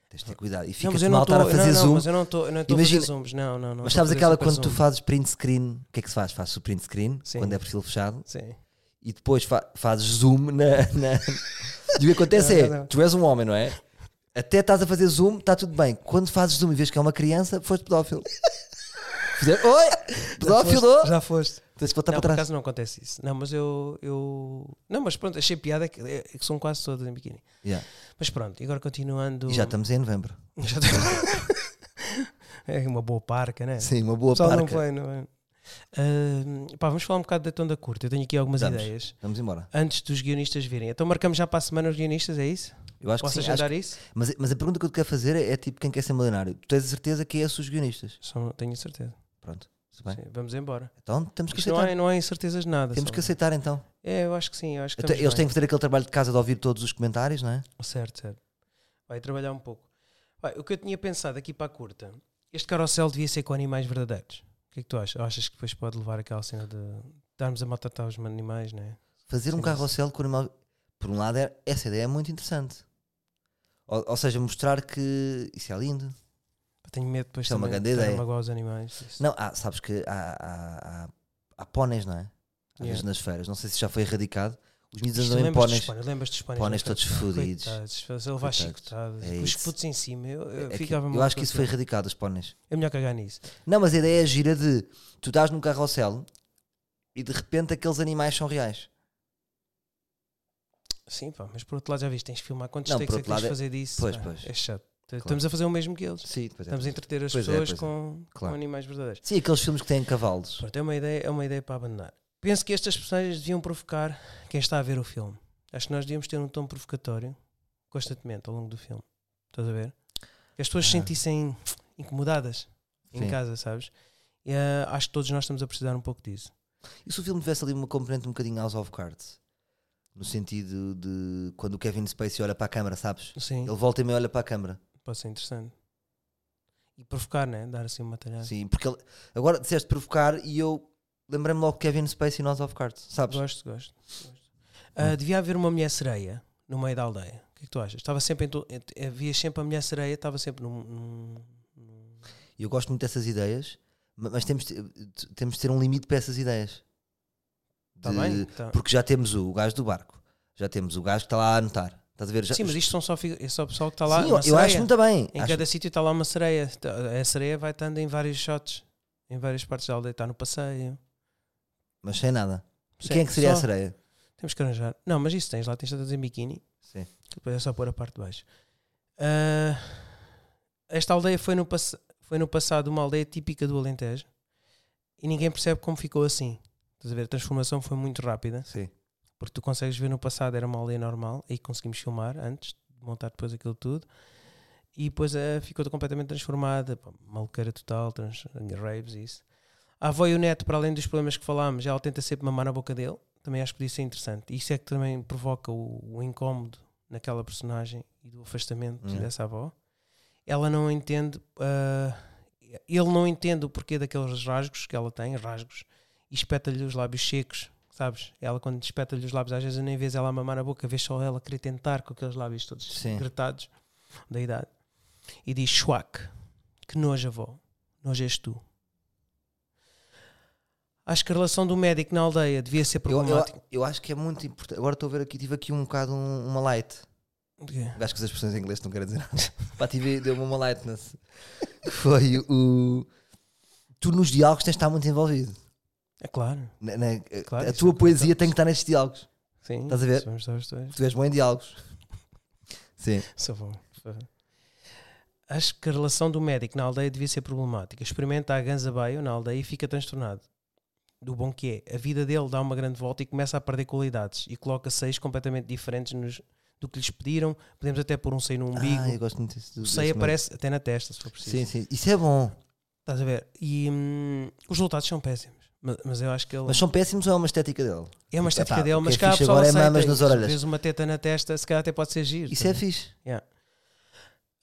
Speaker 1: Tens de ter cuidado. E
Speaker 2: Não, mas
Speaker 1: ficas
Speaker 2: eu
Speaker 1: mal
Speaker 2: não
Speaker 1: estar a
Speaker 2: tô- não,
Speaker 1: fazer
Speaker 2: não,
Speaker 1: zoom.
Speaker 2: Mas eu não estou a fazer
Speaker 1: Imagina-
Speaker 2: zooms, não, não, não.
Speaker 1: Mas
Speaker 2: tô a
Speaker 1: sabes
Speaker 2: fazer
Speaker 1: aquela
Speaker 2: super
Speaker 1: quando tu
Speaker 2: zoom.
Speaker 1: fazes print screen, o que é que se faz? Fazes o print screen,
Speaker 2: Sim.
Speaker 1: quando é perfil fechado,
Speaker 2: Sim.
Speaker 1: e depois fa- fazes zoom na. na- e o que acontece
Speaker 2: Não, não,
Speaker 1: é,
Speaker 2: não.
Speaker 1: tu és um homem, não é? Até estás a fazer zoom, está tudo bem. Quando fazes zoom e vês que é uma criança, foste pedófilo. Fizer, Oi! Pedófilo!
Speaker 2: Já foste.
Speaker 1: Tens de voltar
Speaker 2: Não,
Speaker 1: para Tá
Speaker 2: por
Speaker 1: trás.
Speaker 2: acaso não acontece isso. Não, mas eu. eu... Não, mas pronto, achei piada é que, é que são quase todas em biquíni.
Speaker 1: Yeah.
Speaker 2: Mas pronto, e agora continuando.
Speaker 1: E já estamos em novembro.
Speaker 2: Já tô- é uma boa parca, né?
Speaker 1: Sim, uma boa
Speaker 2: Só não
Speaker 1: parca.
Speaker 2: foi, não é? Ah, pá, vamos falar um bocado da Tonda Curta. Eu tenho aqui algumas
Speaker 1: Vamos.
Speaker 2: ideias
Speaker 1: Vamos embora.
Speaker 2: antes dos guionistas virem. Então marcamos já para a semana os guionistas, é isso?
Speaker 1: Eu acho
Speaker 2: Posso
Speaker 1: que sim. acho
Speaker 2: agendar isso?
Speaker 1: que- mas, mas a pergunta que eu te quero fazer é, é tipo quem quer ser milionário. Tu tens a certeza que é esses os guionistas.
Speaker 2: Só- tenho certeza.
Speaker 1: Pronto. Tudo bem.
Speaker 2: Sim, vamos embora.
Speaker 1: Então temos que
Speaker 2: Isto não é-
Speaker 1: aceitar.
Speaker 2: há, não há incertezas de nada.
Speaker 1: Temos
Speaker 2: só.
Speaker 1: que aceitar então.
Speaker 2: É, eu acho que sim. Eu acho que
Speaker 1: Então,
Speaker 2: estamos
Speaker 1: eles
Speaker 2: bem.
Speaker 1: têm que fazer aquele trabalho de casa de ouvir todos os comentários, não é?
Speaker 2: Certo, certo. Vai trabalhar um pouco. Vai, o que eu tinha pensado aqui para a curta, este carrossel devia ser com animais verdadeiros. O que é que tu achas? Ou achas que depois pode levar aquela cena de darmos a maltratar os animais, não é?
Speaker 1: Fazer um
Speaker 2: Sim,
Speaker 1: carrossel com animal. Por um lado, é- essa ideia é muito interessante. Ou, ou seja, mostrar que isso é lindo.
Speaker 2: Tenho medo depois
Speaker 1: Isso é uma
Speaker 2: também
Speaker 1: grande
Speaker 2: de estar a
Speaker 1: ideia.
Speaker 2: magoar os animais. Isso.
Speaker 1: Não, há, sabes que há, há, há, há póneis, não é? Às
Speaker 2: Yeah.
Speaker 1: vezes nas feiras. Não sei se já foi erradicado. Os miúdos
Speaker 2: Isto
Speaker 1: andam em
Speaker 2: lembras-te
Speaker 1: póneis.
Speaker 2: dos póneis, lembras dos póneis?
Speaker 1: Póneis
Speaker 2: na frente,
Speaker 1: todos
Speaker 2: pá?
Speaker 1: fodidos.
Speaker 2: Coitados, fazer levar
Speaker 1: Coitados.
Speaker 2: chicotadas,
Speaker 1: É
Speaker 2: com os
Speaker 1: isso.
Speaker 2: putos em cima. Eu, eu
Speaker 1: É que-
Speaker 2: ficava assim.
Speaker 1: eu
Speaker 2: maluco
Speaker 1: acho que isso
Speaker 2: com
Speaker 1: foi
Speaker 2: aquilo.
Speaker 1: erradicado, os póneis.
Speaker 2: É melhor cagar nisso.
Speaker 1: Não, mas a ideia é gira de tu estás num carrossel e de repente aqueles animais são reais.
Speaker 2: Sim, pá, mas por outro lado já viste, tens que filmar quantos
Speaker 1: Não,
Speaker 2: takes
Speaker 1: por
Speaker 2: é que
Speaker 1: outro
Speaker 2: tens de
Speaker 1: lado é-
Speaker 2: fazer disso.
Speaker 1: Pois,
Speaker 2: pá?
Speaker 1: pois.
Speaker 2: É chato. Estamos a fazer o mesmo que eles.
Speaker 1: Sim, depois é.
Speaker 2: Estamos a entreter as
Speaker 1: Pois é,
Speaker 2: pessoas
Speaker 1: pois é.
Speaker 2: com,
Speaker 1: Claro.
Speaker 2: com animais verdadeiros.
Speaker 1: Sim, aqueles filmes que têm cavalos.
Speaker 2: Pronto, é uma ideia, é uma ideia para abandonar. Penso que estas personagens deviam provocar quem está a ver o filme. Acho que nós devíamos ter um tom provocatório constantemente ao longo do filme. Estás a ver? Que as pessoas se
Speaker 1: Ah.
Speaker 2: sentissem incomodadas em
Speaker 1: Sim.
Speaker 2: casa, sabes? E, ah, acho que todos nós estamos a precisar um pouco disso.
Speaker 1: E se o filme tivesse ali uma componente um bocadinho House of Cards? No sentido de quando o Kevin Spacey olha para a câmara, sabes?
Speaker 2: Sim,
Speaker 1: Ele volta e meio olha para a câmara.
Speaker 2: pode ser interessante. E provocar, né? Dar assim uma talhada.
Speaker 1: Sim, porque ele... agora disseste provocar e eu lembrei-me logo de Kevin Spacey no House of Cards, sabes?
Speaker 2: Gosto, gosto. gosto.
Speaker 1: Hum.
Speaker 2: Ah, devia haver uma mulher sereia no meio da aldeia. O que é que tu achas? Estava sempre em to... em- Havia sempre a mulher sereia, estava sempre num- num,
Speaker 1: E E eu gosto muito dessas ideias, ma- mas temos, de- temos de ter um limite para essas ideias.
Speaker 2: Tá
Speaker 1: De-
Speaker 2: bem, tá.
Speaker 1: Porque já temos o gajo do barco, já temos o gajo que está lá a anotar. Estás a ver? Já,
Speaker 2: Sim, mas isto são só, figu- é só o pessoal que está lá.
Speaker 1: Sim, eu,
Speaker 2: uma
Speaker 1: eu
Speaker 2: sereia.
Speaker 1: acho muito bem.
Speaker 2: Em
Speaker 1: Acho-
Speaker 2: cada sítio está lá uma sereia. Tá- A sereia vai estando em vários shots, em várias partes da aldeia. Está no passeio.
Speaker 1: Mas sem nada. E
Speaker 2: Sim,
Speaker 1: quem é que seria
Speaker 2: só-
Speaker 1: a sereia?
Speaker 2: Temos que arranjar. Não, mas isso tens lá, tens todas em biquíni.
Speaker 1: Sim.
Speaker 2: que Depois é só pôr a parte de baixo. Ah, esta aldeia foi no, pass- foi no passado uma aldeia típica do Alentejo e ninguém percebe como ficou assim. Estás a ver? A transformação foi muito rápida
Speaker 1: Sim.
Speaker 2: porque tu consegues ver no passado era uma aldeia normal aí conseguimos filmar antes de montar depois aquilo tudo e depois eh, ficou completamente transformada pá, maluqueira total trans, raves e isso a avó e o neto para além dos problemas que falámos ela tenta sempre mamar na boca dele também acho que podia ser interessante isso é que também provoca o, o incómodo naquela personagem e do afastamento
Speaker 1: Hum.
Speaker 2: dessa avó ela não entende ah, ele não entende o porquê daqueles rasgos que ela tem rasgos e espeta-lhe os lábios secos, sabes? Ela, quando espeta-lhe os lábios, às vezes nem vês ela a mamar a boca, vês só ela querer tentar com aqueles lábios todos
Speaker 1: Sim.
Speaker 2: gretados da idade. E diz: Schwack, que nojo, avó, nojo és tu. Acho que a relação do médico na aldeia devia ser
Speaker 1: Eu, eu,
Speaker 2: problemática.
Speaker 1: eu acho que é muito importante. Agora estou a ver aqui, tive aqui um bocado um- uma light.
Speaker 2: De quê?
Speaker 1: Acho que as expressões em inglês não querem dizer nada. Pá, tive, deu-me uma lightness. Foi o. Tu nos diálogos tens de estar muito envolvido.
Speaker 2: É claro.
Speaker 1: Na- na-
Speaker 2: Claro,
Speaker 1: a
Speaker 2: isso
Speaker 1: tua
Speaker 2: é
Speaker 1: poesia
Speaker 2: importante.
Speaker 1: tem que estar nestes diálogos.
Speaker 2: Sim,
Speaker 1: Estás a ver?
Speaker 2: somos nós dois.
Speaker 1: Tu és bom em diálogos. Sim.
Speaker 2: Só vou. Acho que a relação do médico na aldeia devia ser problemática. Experimenta a ganza baio na aldeia e fica transtornado. Do bom que é, a vida dele dá uma grande volta e começa a perder qualidades e coloca seis completamente diferentes nos- do que lhes pediram. Podemos até pôr um seio no umbigo.
Speaker 1: Ah, eu gosto muito disso.
Speaker 2: o seio aparece até na testa, se for preciso.
Speaker 1: Sim, sim. Isso é bom.
Speaker 2: Estás a ver? E hum, os resultados são péssimos. Mas, mas eu acho que ele.
Speaker 1: Mas são péssimos ou é uma estética dele?
Speaker 2: é
Speaker 1: Epá,
Speaker 2: uma estética
Speaker 1: o
Speaker 2: dele,
Speaker 1: que
Speaker 2: mas
Speaker 1: é
Speaker 2: cá a
Speaker 1: fixe
Speaker 2: pessoa
Speaker 1: agora é mamas
Speaker 2: aceita.
Speaker 1: nas orelhas.
Speaker 2: Vês uma teta na testa, se calhar até pode ser giro.
Speaker 1: Isso
Speaker 2: estás a
Speaker 1: é
Speaker 2: ver?
Speaker 1: fixe.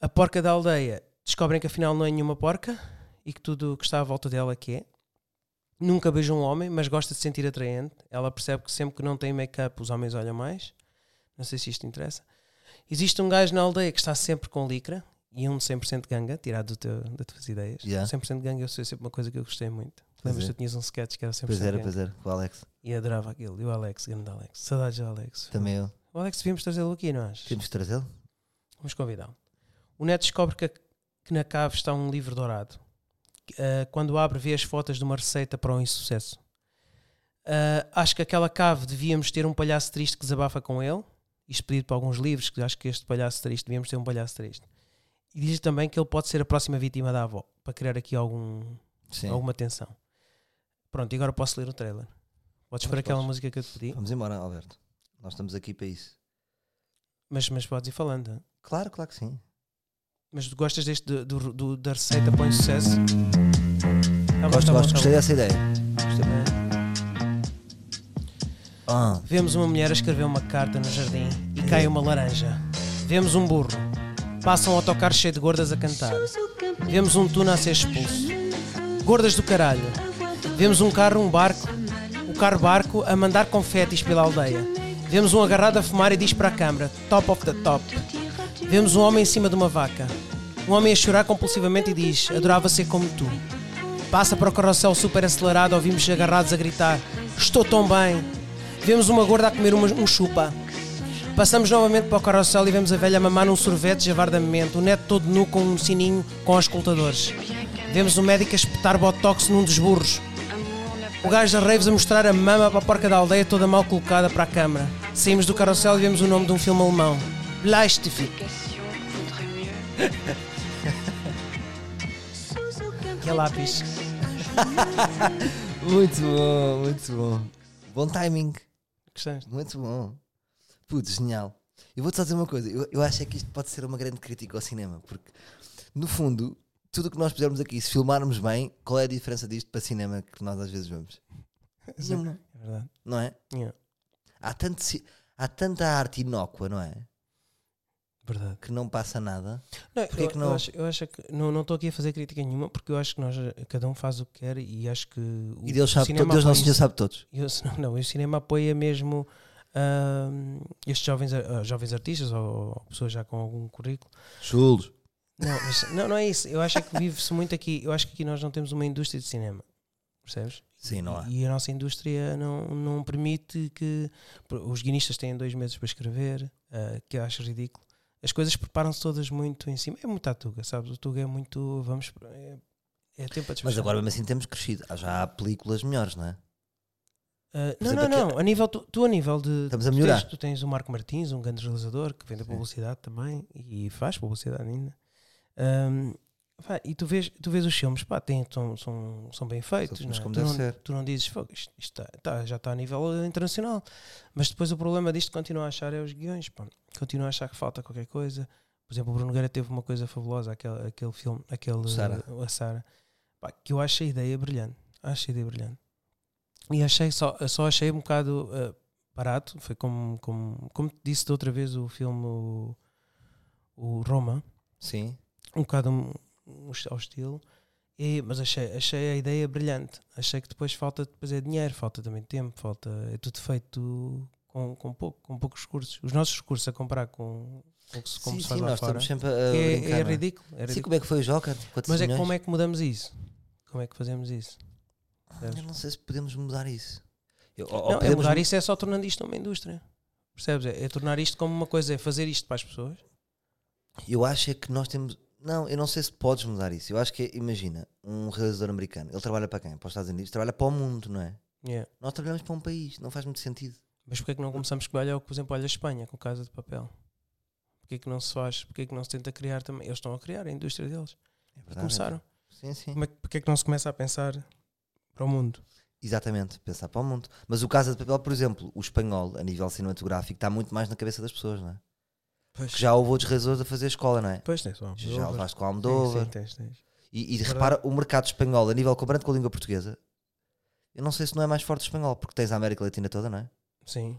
Speaker 2: A porca da aldeia descobrem que afinal não é nenhuma porca e que tudo o que está à volta dela que é. Nunca beija um homem, mas gosta de se sentir atraente. Ela percebe que sempre que não tem make-up os homens olham mais. Não sei se isto interessa. Existe um gajo na aldeia que está sempre com licra e um 100% ganga, tirado do teu, das tuas ideias.
Speaker 1: Yeah.
Speaker 2: 100% ganga eu sei sempre uma coisa que eu gostei muito.
Speaker 1: Pois
Speaker 2: Lembras-te
Speaker 1: é.
Speaker 2: que tu tinhas um sketch que era 100%
Speaker 1: Pois era,
Speaker 2: ganga?
Speaker 1: pois era. Com o Alex.
Speaker 2: E adorava aquilo. E o Alex, grande Alex. Saudades do Alex.
Speaker 1: Também eu.
Speaker 2: O Alex devíamos trazê-lo aqui, não achas?
Speaker 1: Temos de trazê-lo?
Speaker 2: Vamos convidá-lo. O Neto descobre que, que na cave está um livro dourado. Ah, quando abre, vê as fotos de uma receita para um insucesso. Ah, acho que aquela cave devíamos ter um palhaço triste que desabafa com ele. Isto pedido para alguns livros, que acho que este palhaço triste, devíamos ter um palhaço triste. E diz também que ele pode ser a próxima vítima da avó, para criar aqui algum,
Speaker 1: Sim.
Speaker 2: alguma tensão. Pronto, e agora posso ler o trailer. Podes pôr
Speaker 1: Podes,
Speaker 2: aquela
Speaker 1: podes.
Speaker 2: música que eu te pedi,
Speaker 1: Vamos embora, Alberto. Nós estamos aqui para isso.
Speaker 2: mas, mas podes ir falando. hein?
Speaker 1: Claro, claro que sim.
Speaker 2: Mas tu gostas deste do, do- do- da receita põe sucesso? Tá bom,
Speaker 1: Gosto,
Speaker 2: tá bom,
Speaker 1: gosto.
Speaker 2: tá
Speaker 1: Gostei
Speaker 2: bom.
Speaker 1: dessa ideia. Ah,
Speaker 2: Vemos uma mulher a escrever uma carta no jardim e cai uma laranja. Vemos um burro. Passa um autocarro cheio de gordas a cantar. Vemos um tuna a ser expulso. Gordas do caralho. Vemos um carro, um barco. O carro barco a mandar confetis pela aldeia. Vemos um agarrado a fumar e diz para a câmara: Top of the top. Vemos um homem em cima de uma vaca. Um homem a chorar compulsivamente e diz: Adorava ser como tu. Passa para o carrossel super acelerado, ouvimos agarrados a gritar: Estou tão bem. Vemos uma gorda a comer uma- um chupa. Passamos novamente para o carrossel e vemos a velha mamar num sorvete javardamente, o neto todo nu com um sininho com os escutadores. Vemos o médico a espetar botox num dos burros. O gajo da Raves a mostrar a mama para a porca da aldeia toda mal colocada para a câmara. Saímos do carrossel e vemos o nome de um filme alemão. Bleistift. Que é lápis.
Speaker 1: muito bom, muito bom. Bom timing.
Speaker 2: Gostaste?
Speaker 1: Muito bom. Putz, genial. Eu vou-te só dizer uma coisa. Eu, eu acho é que isto pode ser uma grande crítica ao cinema, porque, no fundo, tudo o que nós fizermos aqui, se filmarmos bem, qual é a diferença disto para cinema que nós às vezes vemos? Nenhuma,
Speaker 2: É verdade.
Speaker 1: não é?
Speaker 2: Yeah.
Speaker 1: Há, tanto, ci- há tanta arte inócua, não é?
Speaker 2: Verdade.
Speaker 1: Que não passa nada.
Speaker 2: Não,
Speaker 1: Porquê
Speaker 2: eu,
Speaker 1: que não?
Speaker 2: Eu acho, eu acho que não não estou aqui a fazer crítica nenhuma porque eu acho que nós eh, cada um faz o que quer e acho que o,
Speaker 1: E Deus
Speaker 2: o
Speaker 1: sabe, todo,
Speaker 2: cinema é
Speaker 1: Deus
Speaker 2: apoia
Speaker 1: nosso Senhor sabe todos.
Speaker 2: isso. Eu- não, não, o cinema apoia mesmo hum, eh, ahm, estes jovens, ar- ah, jovens artistas ou, ou pessoas já com algum currículo
Speaker 1: Chulos.
Speaker 2: Não, mas- não, não é isso. Eu acho é que vive-se muito aqui. Eu acho que aqui nós não temos uma indústria de cinema. Percebes?
Speaker 1: Sim, não há.
Speaker 2: E a nossa indústria não, não permite que. Os guionistas têm dois meses para escrever, ah, que eu acho ridículo. As coisas preparam-se todas muito em cima. É muito à Tuga, sabes? O Tuga é muito. Vamos. É, é tempo a despachar.
Speaker 1: Mas agora mesmo assim temos crescido. Ah, Já há películas melhores, não é?
Speaker 2: Ah,
Speaker 1: por
Speaker 2: não,
Speaker 1: exemplo,
Speaker 2: não,
Speaker 1: aqui-
Speaker 2: não. A nível, tu, tu a nível de.
Speaker 1: Estamos a
Speaker 2: tu
Speaker 1: melhorar.
Speaker 2: Tens, tu tens o Marco Martins, um grande realizador que vende
Speaker 1: Sim.
Speaker 2: publicidade também e faz publicidade ainda. Ahm, pá, e tu vês, tu vês os filmes, pá, têm- são, são, são bem feitos.
Speaker 1: filmes
Speaker 2: não é?
Speaker 1: como
Speaker 2: tu,
Speaker 1: deve
Speaker 2: não,
Speaker 1: ser.
Speaker 2: tu não dizes, "Fogo, isto, isto tá- tá- já está a nível internacional. Mas depois o problema disto continuo a achar é os guiões, pá. Continuo a achar que falta qualquer coisa. Por exemplo, o Bruno Guerra teve uma coisa fabulosa, aquele, aquele filme, aquele
Speaker 1: Sara.
Speaker 2: a Sara, Pá, que eu acho a ideia brilhante. Acho a ideia brilhante. E achei só, só achei um bocado eh, barato. Foi como, como, como te disse da outra vez o filme o, o Roma,
Speaker 1: Sim.
Speaker 2: um bocado um- um est- ao estilo. E, mas achei, achei a ideia brilhante. Achei que depois falta depois é dinheiro, falta também tempo, falta. É tudo feito com, com pouco, com poucos recursos. Os nossos recursos a comparar com, com o que se, como
Speaker 1: sim,
Speaker 2: se faz
Speaker 1: sim,
Speaker 2: lá
Speaker 1: nós
Speaker 2: fora.
Speaker 1: estamos sempre a a
Speaker 2: É,
Speaker 1: brincar.
Speaker 2: é
Speaker 1: não é?
Speaker 2: ridículo. é
Speaker 1: Sim,
Speaker 2: ridículo.
Speaker 1: como é que foi o Joker? Quantos
Speaker 2: Mas é
Speaker 1: milhões?
Speaker 2: como é que mudamos isso? Como é que fazemos isso?
Speaker 1: Eu não sei se podemos mudar isso. Eu- ou- ou
Speaker 2: Não, é
Speaker 1: podemos
Speaker 2: mudar
Speaker 1: mu-
Speaker 2: isso é só tornando isto uma indústria. Percebes? É, é tornar isto como uma coisa, é fazer isto para as pessoas.
Speaker 1: Eu acho é que nós temos. Não, eu não sei se podes mudar isso. Eu acho que, é- imagina, um realizador americano, ele trabalha para quem? Para os Estados Unidos, trabalha para o mundo, não é?
Speaker 2: Yeah.
Speaker 1: Nós trabalhamos para um país, não faz muito sentido.
Speaker 2: Mas porquê é que não começamos a olhar, por exemplo, olha a Espanha com Casa de Papel? Porquê é que não se faz? Porquê é que não se tenta criar também? Eles estão a criar a indústria deles.
Speaker 1: É verdade.
Speaker 2: Começaram.
Speaker 1: Sim, sim.
Speaker 2: Como é que, porquê é que não se começa a pensar para o mundo?
Speaker 1: Exatamente, pensar para o mundo. Mas o Casa de Papel, por exemplo, o espanhol, a nível cinematográfico, está muito mais na cabeça das pessoas, não é?
Speaker 2: Pois,
Speaker 1: Que já houve outros realizadores a fazer escola, não é?
Speaker 2: pois tens. ó,
Speaker 1: Já levaste com a
Speaker 2: sim,
Speaker 1: Almodóvar.
Speaker 2: sim, tens, tens.
Speaker 1: E, e
Speaker 2: Verdade.
Speaker 1: repara, o mercado espanhol, a nível comparando com a língua portuguesa, eu não sei se não é mais forte o espanhol, porque tens a América Latina toda, não é?
Speaker 2: Sim.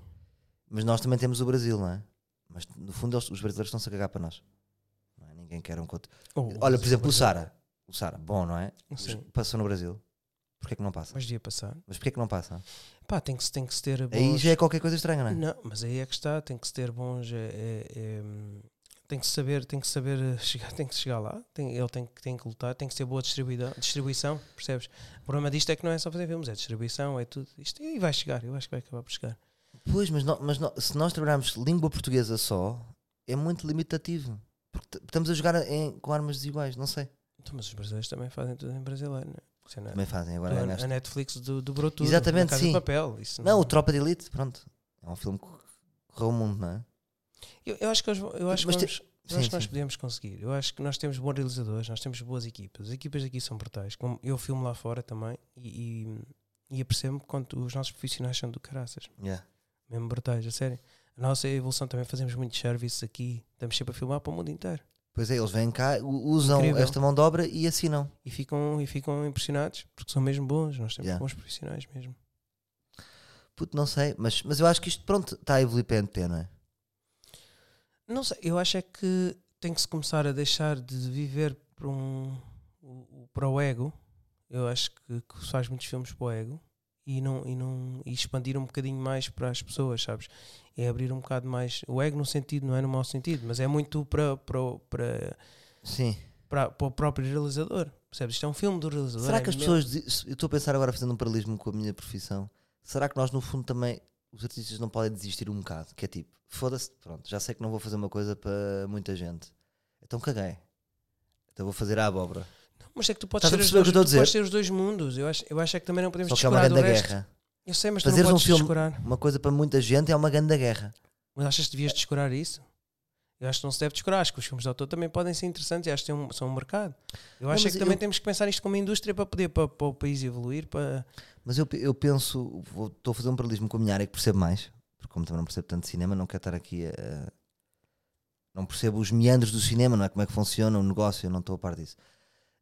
Speaker 1: Mas nós também temos o Brasil, não é? Mas no fundo eles- os brasileiros estão-se a cagar para nós. Não é? Ninguém quer um conto.
Speaker 2: Ou-
Speaker 1: Olha, por exemplo, o
Speaker 2: Brasil. é
Speaker 1: Sara. O Sara, bom, não é?
Speaker 2: Sim.
Speaker 1: Passou no Brasil. Porquê que não passa?
Speaker 2: Mas devia passar.
Speaker 1: Mas porquê que não passa?
Speaker 2: Pá, tem que, se- tem que se ter.
Speaker 1: Aí
Speaker 2: bons-
Speaker 1: já é qualquer coisa estranha, não é?
Speaker 2: Não, mas aí é que está, tem que se ter bons. é- é- é, hum, tem que se saber, tem que saber eh, chegar, tem que chegar lá, tem, ele tem, que- tem que lutar, tem que ser boa distribuidão, distribuição, percebes? O problema disto é que não é só fazer filmes, é distribuição, é tudo isto, e vai chegar, eu acho que vai acabar por chegar.
Speaker 1: Pois, mas, nó- mas nó- se nós trabalharmos língua portuguesa só, é muito limitativo. Porque t- estamos a jogar em- com armas desiguais, não sei.
Speaker 2: Então, mas os brasileiros também fazem tudo em brasileiro, não é? Isso é na-
Speaker 1: Também fazem agora.
Speaker 2: a-
Speaker 1: é nesta.
Speaker 2: a Netflix do, dobrou tudo,
Speaker 1: Exatamente,
Speaker 2: na casa de
Speaker 1: sim.
Speaker 2: papel, isso
Speaker 1: Não, o Tropa de Elite, pronto. É um filme que correu o mundo, não é?
Speaker 2: eu, eu acho que, eles vão- eu acho que
Speaker 1: Mas te-
Speaker 2: vamos, Eu acho
Speaker 1: Sim,
Speaker 2: que nós
Speaker 1: sim.
Speaker 2: podemos conseguir. Eu acho que nós temos bons realizadores, nós temos boas equipas. As equipas aqui são brutais. Como eu filmo lá fora também e, e, e apercebo-me quanto os nossos profissionais são do caraças.
Speaker 1: Yeah.
Speaker 2: Mesmo brutais, a sério. A nossa evolução também fazemos muitos serviços aqui. Estamos sempre a filmar para o mundo inteiro.
Speaker 1: Pois é, eles vêm cá, u- usam
Speaker 2: Incrível.
Speaker 1: esta mão de obra e assinam.
Speaker 2: E ficam, e ficam impressionados porque são mesmo bons. Nós temos
Speaker 1: Yeah.
Speaker 2: bons profissionais mesmo.
Speaker 1: Puto, não sei, mas, mas eu acho que isto, pronto, está a evoluir para NT, não é?
Speaker 2: Não sei, eu acho é que tem que se começar a deixar de viver para, um, o- o- para o ego. Eu acho que, que se faz muitos filmes para o ego e, não, e, não, e expandir um bocadinho mais para as pessoas, sabes? É abrir um bocado mais o ego no sentido, não é no mau sentido, mas é muito para, para, o- para,
Speaker 1: Sim.
Speaker 2: para, para o próprio realizador. Percebes? Isto é um filme do realizador.
Speaker 1: Será
Speaker 2: é
Speaker 1: que as
Speaker 2: meu.
Speaker 1: pessoas. di- se- Eu estou a pensar agora fazendo um paralelismo com a minha profissão. Será que nós, no fundo, também. Os artistas não podem desistir um bocado? Que é tipo, foda-se, pronto, já sei que não vou fazer uma coisa para muita gente. Então caguei. Então vou fazer a abóbora.
Speaker 2: Mas é que tu podes
Speaker 1: Estás a
Speaker 2: ser, os
Speaker 1: perceber o
Speaker 2: dois,
Speaker 1: que eu estou a
Speaker 2: tu podes
Speaker 1: dizer?
Speaker 2: ter os dois mundos. Eu acho, eu acho é que também não podemos
Speaker 1: Só que é uma
Speaker 2: descurar do
Speaker 1: grande
Speaker 2: resto.
Speaker 1: guerra.
Speaker 2: Eu sei, mas tu
Speaker 1: Fazeres
Speaker 2: não
Speaker 1: um
Speaker 2: podes
Speaker 1: filme-
Speaker 2: descurar.
Speaker 1: Uma coisa para muita gente é uma grande guerra.
Speaker 2: Mas achas que devias descurar isso? Eu acho que não se deve descurar. Acho que os filmes de autor também podem ser interessantes e acho que têm um- são um mercado. Eu
Speaker 1: Não,
Speaker 2: acho é
Speaker 1: mas
Speaker 2: que também
Speaker 1: eu-
Speaker 2: temos que pensar isto como indústria para poder para, para o país evoluir. Para...
Speaker 1: Mas eu, eu penso, vou- estou a fazer um paralelismo com a minha área que percebo mais, porque como também não percebo tanto de cinema, não quero estar aqui a. a- Não percebo os meandros do cinema, não é? Como é que funciona o negócio, eu não estou a par disso.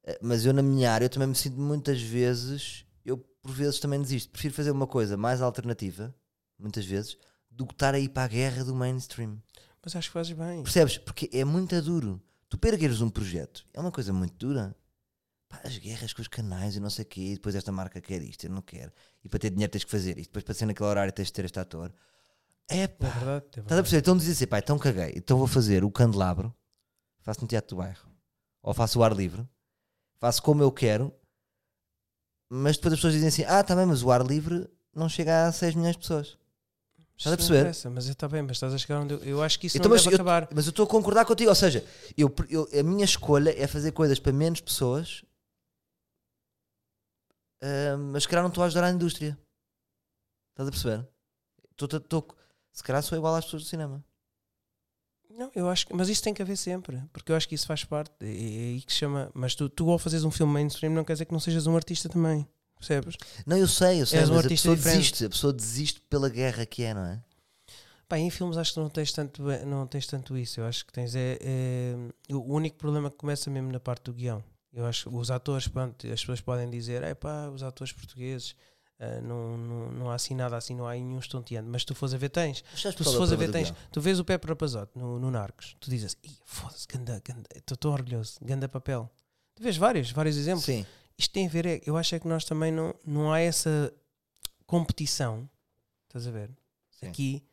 Speaker 1: Eh, Mas eu, na minha área, eu também me sinto muitas vezes, eu por vezes também desisto. Prefiro fazer uma coisa mais alternativa, muitas vezes, do que estar aí para a guerra do mainstream.
Speaker 2: Mas acho que fazes bem.
Speaker 1: Percebes? Porque é muito duro. Tu pergueres um projeto, é uma coisa muito dura. Pá, as guerras com os canais e não sei o quê, e depois esta marca quer isto, eu não quero. E para ter dinheiro tens que fazer isto, depois para ser naquele horário tens de ter este ator. É
Speaker 2: É
Speaker 1: pá,
Speaker 2: verdade.
Speaker 1: estás
Speaker 2: É
Speaker 1: a
Speaker 2: verdade.
Speaker 1: perceber? Então dizia assim, pá, então caguei, então vou fazer o candelabro, faço no teatro do bairro. ou faço o ar livre, faço como eu quero, mas depois as pessoas dizem assim: ah, também, mas o ar livre não chega a 6 milhões de pessoas. Estás a
Speaker 2: Isso não
Speaker 1: perceber?
Speaker 2: interessa, Mas está bem, mas estás a chegar onde eu, eu acho que isso
Speaker 1: Então,
Speaker 2: não
Speaker 1: mas,
Speaker 2: deve
Speaker 1: eu,
Speaker 2: acabar.
Speaker 1: mas eu estou a concordar contigo, ou seja, eu, eu- a minha escolha é fazer coisas para menos pessoas, ah, mas se calhar não estou a ajudar a indústria. Estás a perceber? Estou- estou- estou- se calhar sou igual às pessoas do cinema.
Speaker 2: Não, eu acho que, mas isso tem que haver sempre, porque eu acho que isso faz parte. É, é aí que se chama. Mas tu, tu ao fazeres um filme mainstream não quer dizer que não sejas um artista também, percebes?
Speaker 1: Não, eu sei, eu sei,
Speaker 2: És um
Speaker 1: mas a
Speaker 2: artista
Speaker 1: pessoa
Speaker 2: diferente.
Speaker 1: desiste, a pessoa desiste pela guerra que é, não é?
Speaker 2: Pá, em filmes acho que não tens tanto, não tens tanto isso. Eu acho que tens é, é- O único problema que começa mesmo na parte do guião. Eu acho que os atores, pronto, as pessoas podem dizer, é pá, os atores portugueses, ah, não, não, não há assim nada assim, não há aí nenhum estonteante. Mas é tu fores a ver, tens. Tu
Speaker 1: é
Speaker 2: se fores a ver, tens. Tu vês o Pepe Rapazote no, no Narcos, tu dizes, "Ih, foda-se, ganda, ganda, estou tão orgulhoso, ganda papel. Tu vês vários, vários exemplos
Speaker 1: Sim,
Speaker 2: isto tem a ver, é- eu acho é que nós também não, não há essa competição, estás a ver?
Speaker 1: Sim.
Speaker 2: Aqui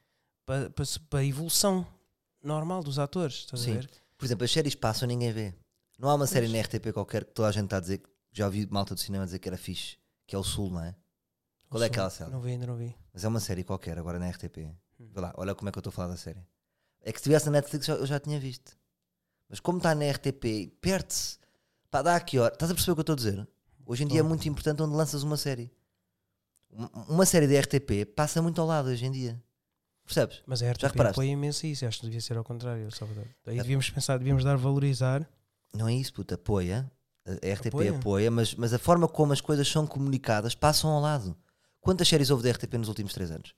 Speaker 2: para a evolução normal dos atores, estás
Speaker 1: Sim.
Speaker 2: a ver?
Speaker 1: por exemplo, as séries passam ninguém vê. Não há uma série na RTP qualquer que toda a gente está a dizer, que- já ouvi malta do cinema dizer que era fixe, que é o Sul, não é? Qual é
Speaker 2: Sou-
Speaker 1: aquela série?
Speaker 2: Não vi, ainda não vi.
Speaker 1: Mas é uma série qualquer, agora na RTP. Vê lá, olha como é que eu estou a falar da série. É que se estivesse na Netflix eu- eu já tinha visto. Mas como está na RTP, perde-se. Pá, dá a que hora? Estás a perceber o que eu estou a dizer? Hoje em dia é
Speaker 2: Tô.
Speaker 1: muito importante onde lanças uma série. Uma- Uma série da RTP passa muito ao lado hoje em dia. Percebes?
Speaker 2: Mas a RTP
Speaker 1: reparaste?
Speaker 2: apoia imenso isso, eu acho que devia ser ao contrário, Salvador. Aí devíamos pensar, devíamos dar valorizar.
Speaker 1: Não é isso, puta, apoia. A a RTP apoia,
Speaker 2: Apoia.
Speaker 1: mas, mas a forma como as coisas são comunicadas passam ao lado. Quantas séries houve da RTP nos últimos 3 anos?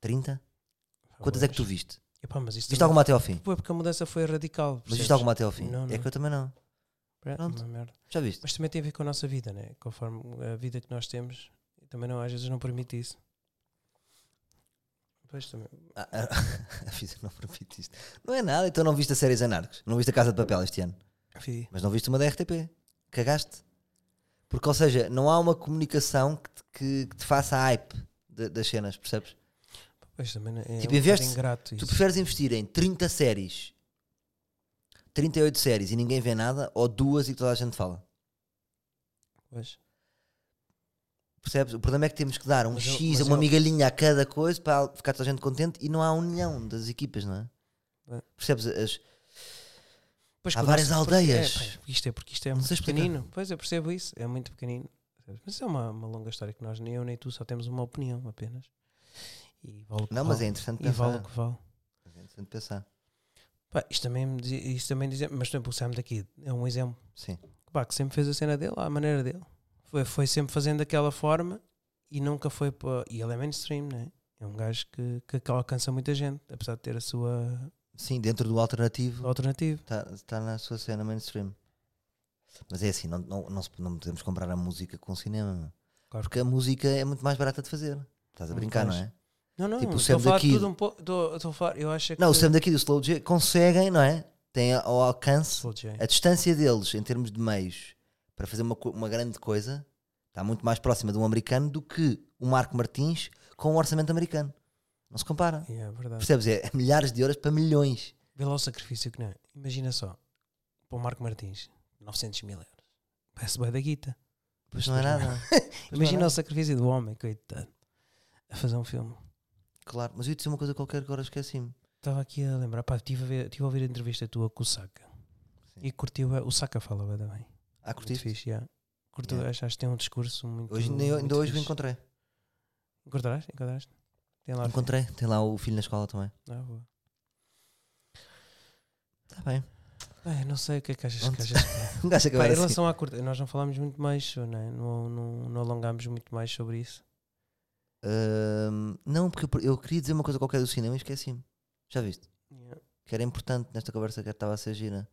Speaker 1: 30? Quantas é que tu viste?
Speaker 2: Epá, mas isso
Speaker 1: Viste
Speaker 2: também-
Speaker 1: alguma até ao fim?
Speaker 2: Pô, é porque a mudança foi radical.
Speaker 1: Mas
Speaker 2: percebes?
Speaker 1: viste alguma até ao fim?
Speaker 2: Não,
Speaker 1: É
Speaker 2: não.
Speaker 1: que eu também não.
Speaker 2: É uma
Speaker 1: Pronto.
Speaker 2: merda.
Speaker 1: Já viste?
Speaker 2: Mas também tem a ver com a nossa vida, né? Conforme a vida que nós temos, também não, às vezes não permite isso. Pois também.
Speaker 1: Ah, ah, A vida não permite isto. Não é nada, então não viste a série Zanarcos. Não viste a Casa de Papel este ano.
Speaker 2: Vi.
Speaker 1: Mas não viste uma da RTP. Cagaste. Porque, ou seja, não há uma comunicação que te, que- que te faça hype de- das cenas, percebes?
Speaker 2: Pois também não- é
Speaker 1: Tipo,
Speaker 2: um
Speaker 1: investe-
Speaker 2: bocado ingrato
Speaker 1: Tu
Speaker 2: isso.
Speaker 1: preferes investir em 30 séries, 38 séries e ninguém vê nada, ou duas e que toda a gente fala?
Speaker 2: Pois.
Speaker 1: Percebes? O problema é que temos que dar um
Speaker 2: Mas eu-
Speaker 1: X,
Speaker 2: mas
Speaker 1: uma
Speaker 2: eu-
Speaker 1: migalhinha a cada coisa para ficar toda a gente contente e não há união das equipas, não é?
Speaker 2: É.
Speaker 1: Percebes? As-
Speaker 2: Pois,
Speaker 1: Há
Speaker 2: que o
Speaker 1: várias
Speaker 2: nosso-
Speaker 1: aldeias.
Speaker 2: porque- é, pá, isto é porque isto é
Speaker 1: Não
Speaker 2: muito
Speaker 1: sei explicar.
Speaker 2: pequenino. Pois eu percebo isso. É muito pequenino. Mas isso é uma, uma longa história que nós, nem eu nem tu, só temos uma opinião apenas. E vale o que
Speaker 1: Não,
Speaker 2: vale.
Speaker 1: mas é interessante
Speaker 2: E vale
Speaker 1: pensar.
Speaker 2: o que vale.
Speaker 1: Mas é interessante pensar.
Speaker 2: Pá, isto também me dizia, isto também dizia, mas por exemplo, o Sam daqui é um exemplo.
Speaker 1: Sim.
Speaker 2: Pá, que sempre fez a cena dele, à maneira dele. Foi, foi sempre fazendo daquela forma e nunca foi para. E ele é mainstream, né? É um gajo que, que alcança muita gente, apesar de ter a sua
Speaker 1: Sim, dentro do alternativo
Speaker 2: alternativa.
Speaker 1: está na sua cena mainstream. Mas é assim, não, não, não, se- não podemos comprar a música com o cinema, meu.
Speaker 2: Claro.
Speaker 1: porque a música é muito mais barata de fazer. Estás a
Speaker 2: Muito
Speaker 1: brincar, não
Speaker 2: mais.
Speaker 1: é?
Speaker 2: Não, não,
Speaker 1: Tipo o
Speaker 2: estou
Speaker 1: Sam
Speaker 2: a falar
Speaker 1: the
Speaker 2: de
Speaker 1: Kid.
Speaker 2: tudo um pouco. Estou estou a falar, eu acho que.
Speaker 1: Não, o Sam daqui do Slow J conseguem, não é? Têm ao alcance
Speaker 2: Slow J.
Speaker 1: a distância deles em termos de meios para fazer uma, co- uma grande coisa está muito mais próxima de um americano do que o Marco Martins com um orçamento americano. Não se compara.
Speaker 2: Yeah, É verdade.
Speaker 1: Percebes? É milhares de euros para milhões.
Speaker 2: Vê lá o sacrifício que não é. Imagina só, para o Marco Martins, 900 mil euros. Parece bem da guita.
Speaker 1: Pois não é
Speaker 2: Pois não.
Speaker 1: nada. não é
Speaker 2: Imagina
Speaker 1: nada.
Speaker 2: o sacrifício do homem, coitado, a fazer um filme.
Speaker 1: Claro, mas eu ia dizer uma coisa qualquer que agora esqueci-me.
Speaker 2: Estava aqui a lembrar, pá, estive a, ver- tive a ouvir a entrevista tua com o Saka.
Speaker 1: Sim.
Speaker 2: E curtiu, o Saka fala bué da bem.
Speaker 1: Ah,
Speaker 2: Muito
Speaker 1: curtiste?
Speaker 2: fixe, yeah. Curtiu,
Speaker 1: Yeah.
Speaker 2: acho acho que tem um discurso muito.
Speaker 1: Hoje, ainda- ainda
Speaker 2: muito
Speaker 1: hoje o
Speaker 2: fixe.
Speaker 1: encontrei.
Speaker 2: Encontraste? Encontraste? Tem lá.
Speaker 1: Encontrei. Tem lá o filho na escola também.
Speaker 2: Ah, boa.
Speaker 1: Está bem.
Speaker 2: Tá Bem, não sei o que é que achas
Speaker 1: Pronto.
Speaker 2: que achas que é.
Speaker 1: Um gajo
Speaker 2: Pá,
Speaker 1: acabar
Speaker 2: em
Speaker 1: assim.
Speaker 2: relação à curta, nós não falámos muito mais, né? não, não, não alongámos muito mais sobre isso.
Speaker 1: Ahm, não, porque eu, eu queria dizer uma coisa qualquer do cinema e esqueci-me. Já viste?
Speaker 2: Yeah.
Speaker 1: Que era importante nesta conversa que estava a ser gira.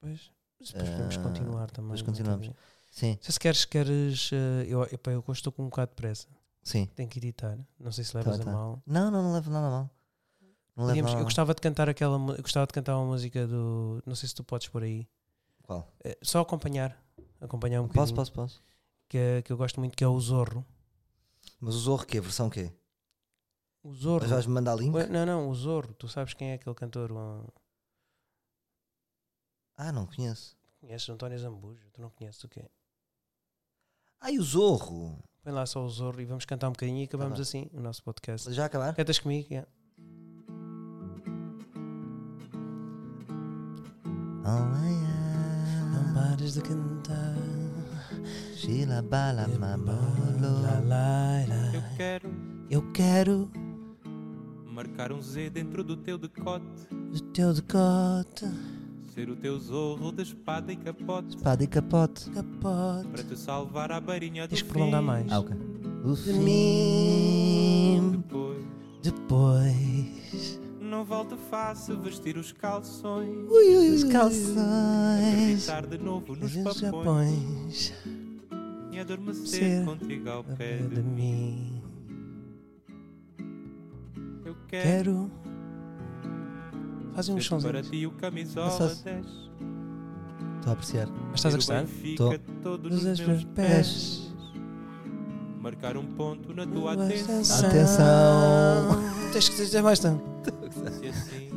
Speaker 2: Pois, mas depois podemos
Speaker 1: Ah,
Speaker 2: continuar também.
Speaker 1: depois
Speaker 2: não
Speaker 1: continuamos.
Speaker 2: tem-
Speaker 1: Sim,
Speaker 2: Não sei se queres, queres. eh, Eu, epá, eu estou com um bocado de pressa,
Speaker 1: sim.
Speaker 2: tenho que editar. Não sei se levas
Speaker 1: Tá,
Speaker 2: a
Speaker 1: tá.
Speaker 2: mal.
Speaker 1: Não, não, não levo nada a mal. Não levo
Speaker 2: Podíamos-
Speaker 1: nada a
Speaker 2: eu
Speaker 1: mal.
Speaker 2: gostava de cantar aquela. mu- Eu gostava de cantar uma música do. Não sei se tu podes por aí.
Speaker 1: Qual?
Speaker 2: Eh, Só acompanhar. Acompanhar um
Speaker 1: Posso,
Speaker 2: bocadinho.
Speaker 1: posso, posso.
Speaker 2: Que, é- que eu gosto muito, que é o Zorro.
Speaker 1: Mas o Zorro que é? Versão quê?
Speaker 2: O Zorro.
Speaker 1: Mas vais-me mandar link?
Speaker 2: Ué, Não, não, o Zorro. Tu sabes quem é aquele cantor? Um,
Speaker 1: Ah, não conheço.
Speaker 2: Conheces o António Zambujo? Tu não conheces o quê?
Speaker 1: Ai, o Zorro!
Speaker 2: Põe lá só o Zorro e vamos cantar um bocadinho e acabamos
Speaker 1: Tá bem.
Speaker 2: assim o nosso podcast.
Speaker 1: Já acabar?
Speaker 2: Cantas comigo? Yeah. Não
Speaker 1: Olha,
Speaker 2: pares de cantar.
Speaker 1: Sheila Bala
Speaker 2: Lá,
Speaker 1: Mamolo.
Speaker 2: lá, lá.
Speaker 4: Eu quero
Speaker 1: Eu quero
Speaker 4: marcar um Z dentro do teu decote,
Speaker 1: o teu decote,
Speaker 4: ser o teu zorro de espada e capote,
Speaker 1: espada e capote.
Speaker 4: para
Speaker 2: Capote.
Speaker 4: te salvar à barinha do
Speaker 2: Tens que prolongar
Speaker 4: fim.
Speaker 2: mais.
Speaker 1: Ah, ok. O fim
Speaker 4: Depois
Speaker 1: depois.
Speaker 4: não volta fácil vestir os calções,
Speaker 1: Ui, ui, os calções.
Speaker 4: acreditar de novo Tá nos
Speaker 2: Os
Speaker 4: papões
Speaker 2: Japões,
Speaker 4: e adormecer
Speaker 2: Ser
Speaker 4: contigo ao
Speaker 2: a
Speaker 4: pé
Speaker 2: pé de
Speaker 4: de mim.
Speaker 2: mim.
Speaker 4: Eu quero,
Speaker 2: Quero. Fazem uns
Speaker 4: ser para
Speaker 2: sons.
Speaker 4: ti o camisola
Speaker 1: Passas-
Speaker 4: 10.
Speaker 1: Estou a apreciar.
Speaker 2: Estás a
Speaker 4: ter o
Speaker 2: gostar?
Speaker 4: Benfica todo
Speaker 2: Nos
Speaker 4: nos
Speaker 2: meus
Speaker 4: meus
Speaker 2: pés.
Speaker 4: pés. Marcar um ponto na tua
Speaker 2: Tua
Speaker 4: atenção.
Speaker 1: Atenção.
Speaker 2: Tens que dizer mais tá? tanto.
Speaker 4: Se assim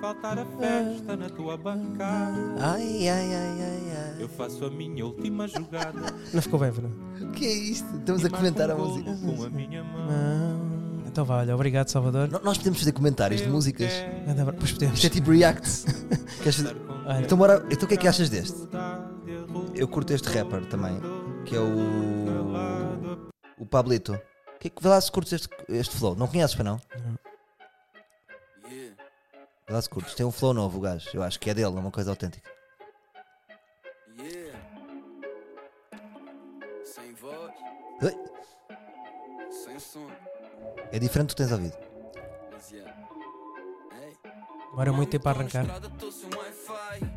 Speaker 4: faltar a festa na tua bancada,
Speaker 1: Ah.
Speaker 2: Ai, ai, ai, ai, ai.
Speaker 4: eu faço a minha última jogada.
Speaker 2: Não ficou bem, Fernando?
Speaker 1: O que é isto? Estamos
Speaker 4: e
Speaker 1: a comentar a
Speaker 4: marco um
Speaker 1: música.
Speaker 4: golo Com a minha mão.
Speaker 2: Não. Então vá, olha, obrigado, Salvador.
Speaker 1: No- Nós podemos fazer comentários Ah, de
Speaker 4: Eu
Speaker 1: músicas.
Speaker 4: quero
Speaker 2: Grande abraço. Pois podemos.
Speaker 1: Isto é tipo react. Queres fazer?
Speaker 4: estar com
Speaker 2: Olha.
Speaker 4: Deus.
Speaker 1: Então, bora... então o que é que achas deste?
Speaker 4: Saudade, a
Speaker 1: Eu curto este rapper também,
Speaker 4: dor,
Speaker 1: que é o.
Speaker 4: calado,
Speaker 1: O Pablito. Que é que vê lá se curtes este, este flow? Não conheces, para não?
Speaker 2: Não.
Speaker 1: Vê lá se curtes. Tem um flow novo, o gajo. Eu acho que é dele, é uma coisa autêntica.
Speaker 5: Yeah. Sem voz,
Speaker 1: Ui,
Speaker 5: sem som.
Speaker 1: É diferente do que tens ouvido.
Speaker 5: Mas yeah. Hey.
Speaker 2: Demora muito tempo a
Speaker 5: Tô na
Speaker 2: arrancar.
Speaker 5: estrada, tô sem Wi-Fi.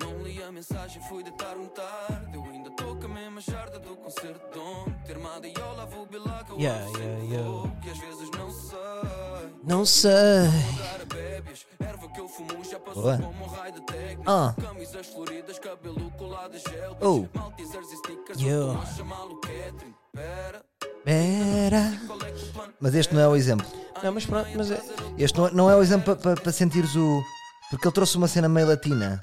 Speaker 5: Não li a mensagem, fui deitar-me tarde. Eu ainda tô com a mesma jarda do concerto de ontem. Termada e olá, vou bilar que eu
Speaker 2: Yeah,
Speaker 5: ouço
Speaker 2: yeah,
Speaker 5: sempre
Speaker 2: yeah.
Speaker 5: vou, Que às vezes não sei.
Speaker 2: Não sei.
Speaker 5: Dar a bebes, erva que eu fumo já passou
Speaker 1: Boa.
Speaker 5: como um raio de técnica.
Speaker 1: Ah.
Speaker 5: Camisas floridas, cabelo colado, gel.
Speaker 1: Oh.
Speaker 5: Maltesers e stickers,
Speaker 2: Yeah.
Speaker 5: vou chamá-lo Catherine. Pera,
Speaker 1: Era.
Speaker 5: qual é que o plano
Speaker 1: Mas este não é o exemplo.
Speaker 2: Não, mas pronto, mas é.
Speaker 1: Este não é, não é o exemplo para pa, pa sentires o. Porque ele trouxe uma cena meio latina.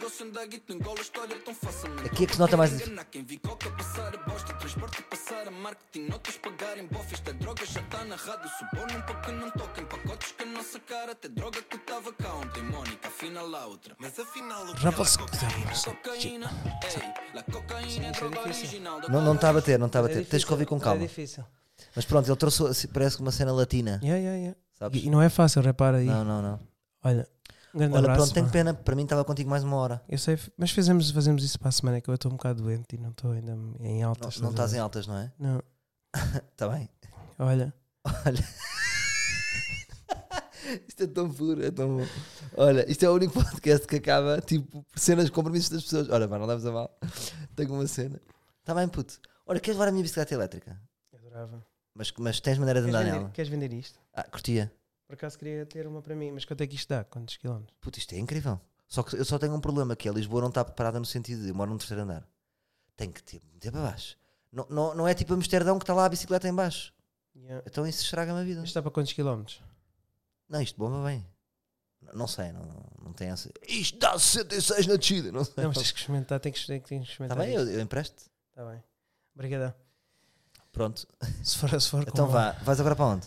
Speaker 5: Gostam da guita, engola a história tão fácil.
Speaker 1: Aqui é que se nota mais-
Speaker 5: Enganar quem vi coca passar a bosta, transporte passar a marketing, notas pagarem bofes, da droga já tá narrado. Suborno para que não toquem, pacotes que não sacar, até droga que tava cá ontem. Mónica, afinal a outra. Mas afinal o é
Speaker 2: Já posso.
Speaker 5: cocaína,
Speaker 1: tipo,
Speaker 5: ei, la cocaína é droga original. da
Speaker 1: Não não está a bater, não está a
Speaker 2: É
Speaker 1: bater. Tens que
Speaker 2: difícil,
Speaker 1: ouvir com
Speaker 2: É
Speaker 1: calma.
Speaker 2: difícil.
Speaker 1: Mas pronto, ele trouxe assim, parece que uma cena latina.
Speaker 2: Yeah, yeah, yeah.
Speaker 1: Sabes?
Speaker 2: E, e não é fácil, repara aí.
Speaker 1: Não, não, não.
Speaker 2: Olha, um grande
Speaker 1: Olha,
Speaker 2: abraço.
Speaker 1: pronto, tenho
Speaker 2: pá.
Speaker 1: pena. Para mim estava contigo mais uma hora.
Speaker 2: Eu sei, mas fazemos, fazemos isso para a semana que eu estou um bocado doente e não estou ainda em alta.
Speaker 1: Não, não estás em altas, não é?
Speaker 2: Não,
Speaker 1: Está bem.
Speaker 2: olha.
Speaker 1: Olha. isto é tão puro, é tão bom. Olha, isto é o único podcast que acaba tipo por cenas de compromissos das pessoas. Olha, mas não leves a mal. Tenho uma cena. Está bem, puto. Olha, queres levar a minha bicicleta elétrica?
Speaker 2: Adorava.
Speaker 1: Mas, mas tens maneira de
Speaker 2: Queres
Speaker 1: andar
Speaker 2: vender,
Speaker 1: nela.
Speaker 2: queres vender isto?
Speaker 1: Ah, curtia.
Speaker 2: Por acaso queria ter uma para mim, mas quanto é que isto dá? Quantos quilómetros?
Speaker 1: Puto, isto é incrível. Só que eu só tenho um problema, que é Lisboa não está preparada no sentido de eu moro num terceiro andar. Tenho que tipo, meter para baixo. Não, não, não é tipo Amsterdão que está lá a bicicleta em baixo.
Speaker 2: Yeah.
Speaker 1: Então isso estraga-me a vida.
Speaker 2: Isto dá para quantos quilómetros?
Speaker 1: Não, isto bomba bem. Não, não sei, não, não tem essa. Isto dá 66 na descida, não sei.
Speaker 2: Não, mas tens que experimentar, tens que, tens que
Speaker 1: Está
Speaker 2: experimentar.
Speaker 1: é Tá bem,
Speaker 2: isto.
Speaker 1: eu, eu empresto.
Speaker 2: Tá bem. Obrigadão.
Speaker 1: Pronto.
Speaker 2: Se for, se for
Speaker 1: Então
Speaker 2: com-
Speaker 1: vá, vais agora para onde?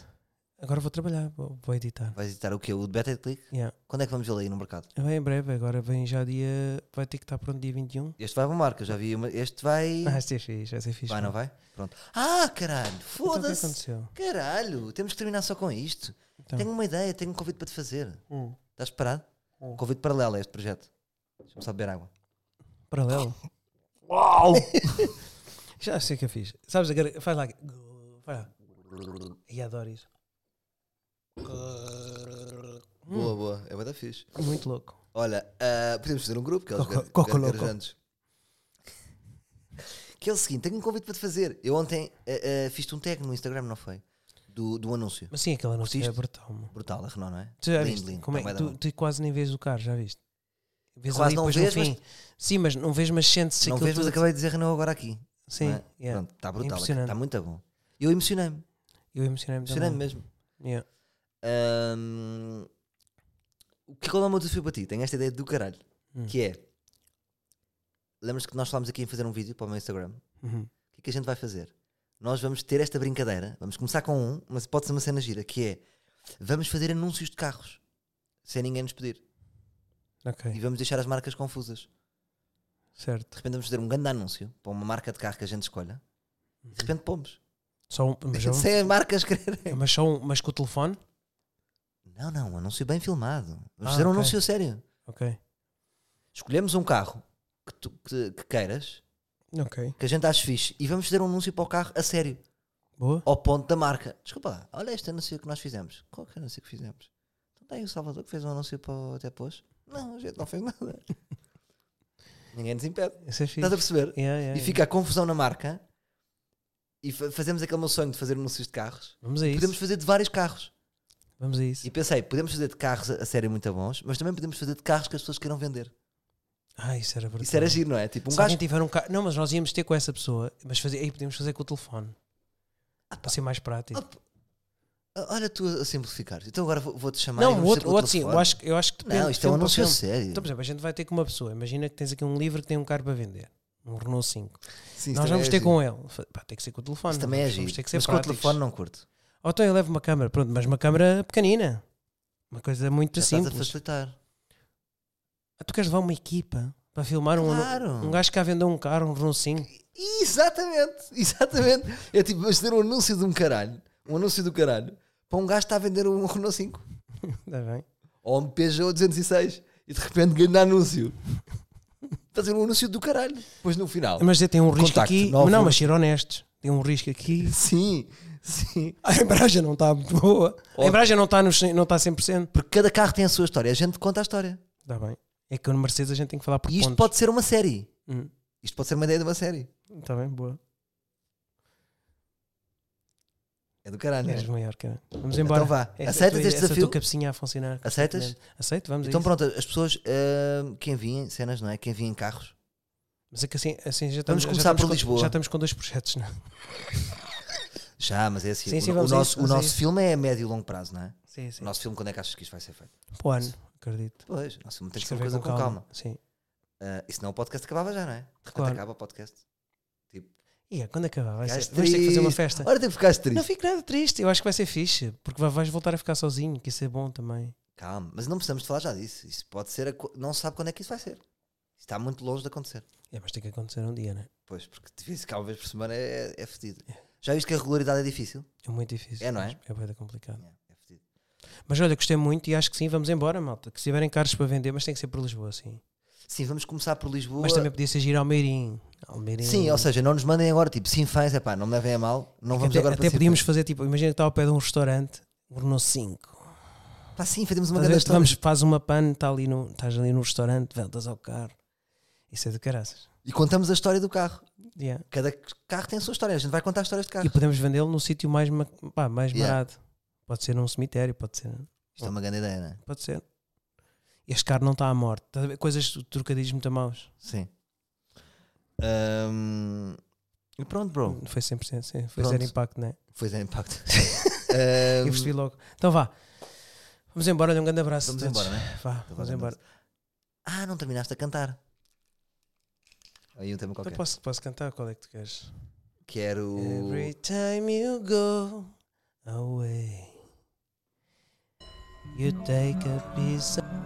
Speaker 2: Agora vou trabalhar, vou, vou editar.
Speaker 1: Vais editar o quê? O de Beta Click?
Speaker 2: Yeah.
Speaker 1: Quando é que vamos vê-lo aí no mercado?
Speaker 2: Bem em breve, agora vem já dia. Vai ter que estar pronto dia 21.
Speaker 1: Este vai bombar, que eu já vi. Uma... Este vai.
Speaker 2: Ah, vai ser fixe, vai ser fixe.
Speaker 1: vai, não
Speaker 2: pá.
Speaker 1: vai? Pronto. Ah, caralho,
Speaker 2: Então, o que
Speaker 1: foda-se.
Speaker 2: aconteceu?
Speaker 1: Caralho, temos que terminar só com isto.
Speaker 2: Então.
Speaker 1: Tenho uma ideia, tenho um convite para te fazer.
Speaker 2: Hum.
Speaker 1: Estás parado?
Speaker 2: Hum.
Speaker 1: Um convite paralelo a este projeto. Deixa-me só beber água.
Speaker 2: Paralelo. já sei o que eu fiz. Sabes, agora faz lá. Faz lá. E adoro isso.
Speaker 1: Boa, boa. É bada fixe.
Speaker 2: Muito louco.
Speaker 1: Olha, ah, podemos fazer um grupo que é os
Speaker 2: Coco-
Speaker 1: gar-
Speaker 2: Coco
Speaker 1: gar-
Speaker 2: Loco.
Speaker 1: gargantes. Que é o seguinte, tenho um convite para te fazer. Eu ontem ah, ah, fiz-te um tag no Instagram, não foi? Do, do anúncio.
Speaker 2: Mas sim, aquela notícia é
Speaker 1: Curtiste?
Speaker 2: brutal. meu.
Speaker 1: Brutal, a Renault, não é?
Speaker 2: Tu já
Speaker 1: Lindo,
Speaker 2: viste?
Speaker 1: lindo.
Speaker 2: Como é?
Speaker 1: Tá bué da
Speaker 2: Tu,
Speaker 1: bom.
Speaker 2: tu quase nem vês o carro, já viste? Vês
Speaker 1: Quase não
Speaker 2: depois no
Speaker 1: vês,
Speaker 2: fim. Sim, mas não vês, mas sentes
Speaker 1: Não
Speaker 2: aquilo
Speaker 1: vês, mas
Speaker 2: tudo.
Speaker 1: acabei de dizer Renault agora aqui.
Speaker 2: Sim,
Speaker 1: não é?
Speaker 2: yeah.
Speaker 1: Pronto, está brutal.
Speaker 2: Impressionante.
Speaker 1: Está muito bom. Eu emocionei-me.
Speaker 2: eu emocionei-me
Speaker 1: Emocionei-me
Speaker 2: também.
Speaker 1: mesmo.
Speaker 2: Yeah.
Speaker 1: Ahm, o que qual é o meu desafio para ti? Tenho esta ideia do caralho.
Speaker 2: Hum.
Speaker 1: Que é. Lembras que nós falámos aqui em fazer um vídeo para o meu Instagram?
Speaker 2: Uhum.
Speaker 1: O que é que a gente vai fazer? Nós vamos ter esta brincadeira. Vamos começar com um, mas pode ser uma cena gira, que é. Vamos fazer anúncios de carros. Sem ninguém nos pedir. E
Speaker 2: Ok,
Speaker 1: vamos deixar as marcas confusas. De
Speaker 2: certo.
Speaker 1: repente vamos fazer um grande anúncio para uma marca de carro que a gente escolha.
Speaker 2: Uhum.
Speaker 1: De repente pomos.
Speaker 2: Só um, mas, só um-
Speaker 1: Sem as marcas quererem.
Speaker 2: mas só um, mas com o telefone?
Speaker 1: Não, não, um anúncio bem filmado. Vamos
Speaker 2: Ah,
Speaker 1: fazer um
Speaker 2: ok.
Speaker 1: anúncio sério.
Speaker 2: Ok.
Speaker 1: Escolhemos um carro que, tu, que, que queiras,
Speaker 2: Ok.
Speaker 1: que a gente ache fixe, e vamos fazer um anúncio para o carro a sério,
Speaker 2: Boa.
Speaker 1: ao ponto da marca. Desculpa lá, olha este anúncio que nós fizemos. Qual que é o anúncio que fizemos? Não tem o Salvador que fez um anúncio para o até pôs? Não, a gente não fez nada. Ninguém nos impede.
Speaker 2: Isso é fixe.
Speaker 1: Estás a perceber?
Speaker 2: Yeah, yeah,
Speaker 1: E
Speaker 2: yeah.
Speaker 1: fica a confusão na marca. E fa- fazemos aquele meu sonho de fazer anúncios de carros.
Speaker 2: Vamos a isso.
Speaker 1: Podemos fazer de vários carros.
Speaker 2: Vamos a isso.
Speaker 1: E pensei, podemos fazer de carros a a sério muito bons, mas também podemos fazer de carros que as pessoas queiram vender.
Speaker 2: Ah, isso era verdade.
Speaker 1: Isso era giro, não é? Tipo, um
Speaker 2: Se
Speaker 1: gajo.
Speaker 2: alguém tiver um carro. Não, mas nós íamos ter com essa pessoa, mas fazer... aí podíamos fazer com o telefone. Para ser mais prático.
Speaker 1: Ah, Olha, tu a simplificar. Então agora vou- vou-te chamar. e
Speaker 2: não,
Speaker 1: vamos
Speaker 2: o
Speaker 1: ter
Speaker 2: outro, o outro sim. Eu
Speaker 1: telefone.
Speaker 2: acho, que- eu acho que depende.
Speaker 1: Não,
Speaker 2: de
Speaker 1: isto é um
Speaker 2: filme para
Speaker 1: anúncio
Speaker 2: filme.
Speaker 1: sério.
Speaker 2: Então, por exemplo, a gente vai ter com uma pessoa. Imagina que tens aqui um livro que tem um carro para vender. Um Renault 5.
Speaker 1: Sim, isso
Speaker 2: Nós
Speaker 1: também
Speaker 2: vamos
Speaker 1: é
Speaker 2: ter
Speaker 1: giro.
Speaker 2: com ele. Fa- Pá, tem que ser com o telefone.
Speaker 1: Isso também é
Speaker 2: vamos,
Speaker 1: giro.
Speaker 2: vamos ter que ser
Speaker 1: Mas com o
Speaker 2: práticos.
Speaker 1: telefone não curto.
Speaker 2: Ou então eu levo uma câmera, pronto, mas uma câmera pequenina. Uma coisa muito
Speaker 1: Já estás a
Speaker 2: simples.
Speaker 1: facilitar.
Speaker 2: Ah, tu queres levar uma equipa para filmar um,
Speaker 1: Claro.
Speaker 2: um gajo que a vender um carro, um Renault 5?
Speaker 1: Exatamente, exatamente. É tipo, vamos ter um anúncio de um caralho. Um anúncio do caralho. Para um gajo que está a vender um Renault 5
Speaker 2: Está bem.
Speaker 1: ou um Peugeot 206 e de repente ganha um anúncio. Estás a ver um anúncio do caralho. Depois no final.
Speaker 2: Mas é, tem um risco
Speaker 1: Oh, Contacto,
Speaker 2: aqui.
Speaker 1: nove.
Speaker 2: Mas não, mas ser honestos. Tem um risco aqui.
Speaker 1: Sim, sim.
Speaker 2: A embreagem não está muito boa. A
Speaker 1: Ó.
Speaker 2: embreagem não está, nos, cem- não está 100%.
Speaker 1: Porque cada carro tem a sua história. A gente conta a história.
Speaker 2: Está bem. É que no Mercedes a gente tem que falar por
Speaker 1: E isto
Speaker 2: pontos.
Speaker 1: pode ser uma série.
Speaker 2: Hum.
Speaker 1: Isto pode ser uma ideia de uma série.
Speaker 2: Está bem, boa.
Speaker 1: É do caralho. não é?
Speaker 2: Eres maior, cara. Vamos embora.
Speaker 1: Então vá.
Speaker 2: Essa
Speaker 1: Aceitas
Speaker 2: tua-
Speaker 1: este
Speaker 2: essa
Speaker 1: desafio?
Speaker 2: tua cabecinha a funcionar.
Speaker 1: Aceitas?
Speaker 2: completamente. Aceito, vamos
Speaker 1: Então
Speaker 2: a isso.
Speaker 1: pronto, as pessoas hum, ahm, que enviem cenas, não é? Que enviem carros.
Speaker 2: Mas é que assim, assim já
Speaker 1: Vamos
Speaker 2: estamos, já
Speaker 1: começar
Speaker 2: estamos
Speaker 1: por
Speaker 2: com-
Speaker 1: Lisboa.
Speaker 2: Já estamos com dois projetos, não é?
Speaker 1: Já, mas é assim.
Speaker 2: Sim,
Speaker 1: o-
Speaker 2: sim,
Speaker 1: o,
Speaker 2: vamos a isso,
Speaker 1: nosso, o
Speaker 2: vamos a
Speaker 1: nosso
Speaker 2: isso.
Speaker 1: filme é a médio e longo prazo, não é?
Speaker 2: Sim, sim.
Speaker 1: O nosso filme, quando é que achas que isto vai ser feito?
Speaker 2: Para o ano, acredito.
Speaker 1: Pois, o nosso filme tem que ser uma
Speaker 2: Escrever
Speaker 1: coisa com calma.
Speaker 2: Sim.
Speaker 1: Ah, e senão o podcast acabava já, não é? De repente
Speaker 2: Claro.
Speaker 1: acaba o podcast.
Speaker 2: E é, quando acabar, vai ser,
Speaker 1: Ficaste
Speaker 2: vamos ter que fazer uma
Speaker 1: triste.
Speaker 2: festa.
Speaker 1: Ora, tem que ficar triste.
Speaker 2: Não fico nada triste, eu acho que vai ser fixe, porque vai- vais voltar a ficar sozinho, que isso é bom também.
Speaker 1: Calma, mas não precisamos de falar já disso. Isso pode ser. a co- Não se sabe quando é que isso vai ser. Isso está muito longe de acontecer.
Speaker 2: É, mas tem que acontecer um dia, né?
Speaker 1: Pois, porque de vez em quando, uma vez por semana é, é fedido. Já viste que a regularidade é difícil?
Speaker 2: É muito difícil.
Speaker 1: É, não é?
Speaker 2: mas É bem complicado.
Speaker 1: É, é fedido.
Speaker 2: Mas olha, gostei muito e acho que sim, vamos embora, malta. Que se tiverem carros para vender, mas tem que ser por Lisboa, sim.
Speaker 1: Sim, vamos começar por Lisboa.
Speaker 2: Mas também podia ser ir ao Meirim. Ao Meirim.
Speaker 1: Sim, ou seja, não nos mandem agora, tipo, sim, fãs, é pá, não me levem a mal, não vamos
Speaker 2: até,
Speaker 1: agora
Speaker 2: até
Speaker 1: para
Speaker 2: podíamos fazer tipo, imagina que está ao pé de um restaurante, um Renault 5.
Speaker 1: Sinfãs. Pá, sim, fazemos uma
Speaker 2: Estás a
Speaker 1: grande
Speaker 2: ver?
Speaker 1: história.
Speaker 2: Vamos, faz uma pan, tá ali no, estás ali no restaurante, voltas ao carro. Isso é de caraças.
Speaker 1: E contamos a história do carro.
Speaker 2: Yeah.
Speaker 1: Cada carro tem a sua história, a gente vai contar histórias de carro.
Speaker 2: E podemos vendê-lo no sítio mais, ma- pá, mais
Speaker 1: Ah. Yeah.
Speaker 2: barato. Pode ser num cemitério, pode ser.
Speaker 1: Isto é uma grande ideia, não é?
Speaker 2: Pode ser. Este carro não está à morte. Estás a ver? Coisas, trocadilhos muito maus.
Speaker 1: Sim. Ahm, E pronto, bro.
Speaker 2: Não foi 100%, sim. Foi
Speaker 1: Oh. Pronto. Hum.
Speaker 2: zero impacto, né?
Speaker 1: Foi zero impacto.
Speaker 2: Eu
Speaker 1: Ahm,
Speaker 2: percebi logo. Então vá. Vamos embora, olha, um grande abraço.
Speaker 1: Vamos
Speaker 2: a todos.
Speaker 1: embora, né?
Speaker 2: Vá,
Speaker 1: Então
Speaker 2: vamos
Speaker 1: vá,
Speaker 2: embora.
Speaker 1: Ah, não terminaste a cantar. Aí um tema
Speaker 2: Então
Speaker 1: qualquer.
Speaker 2: posso, posso cantar? Qual é que tu queres?
Speaker 1: Quero.
Speaker 2: Every time you go away, you take a piece of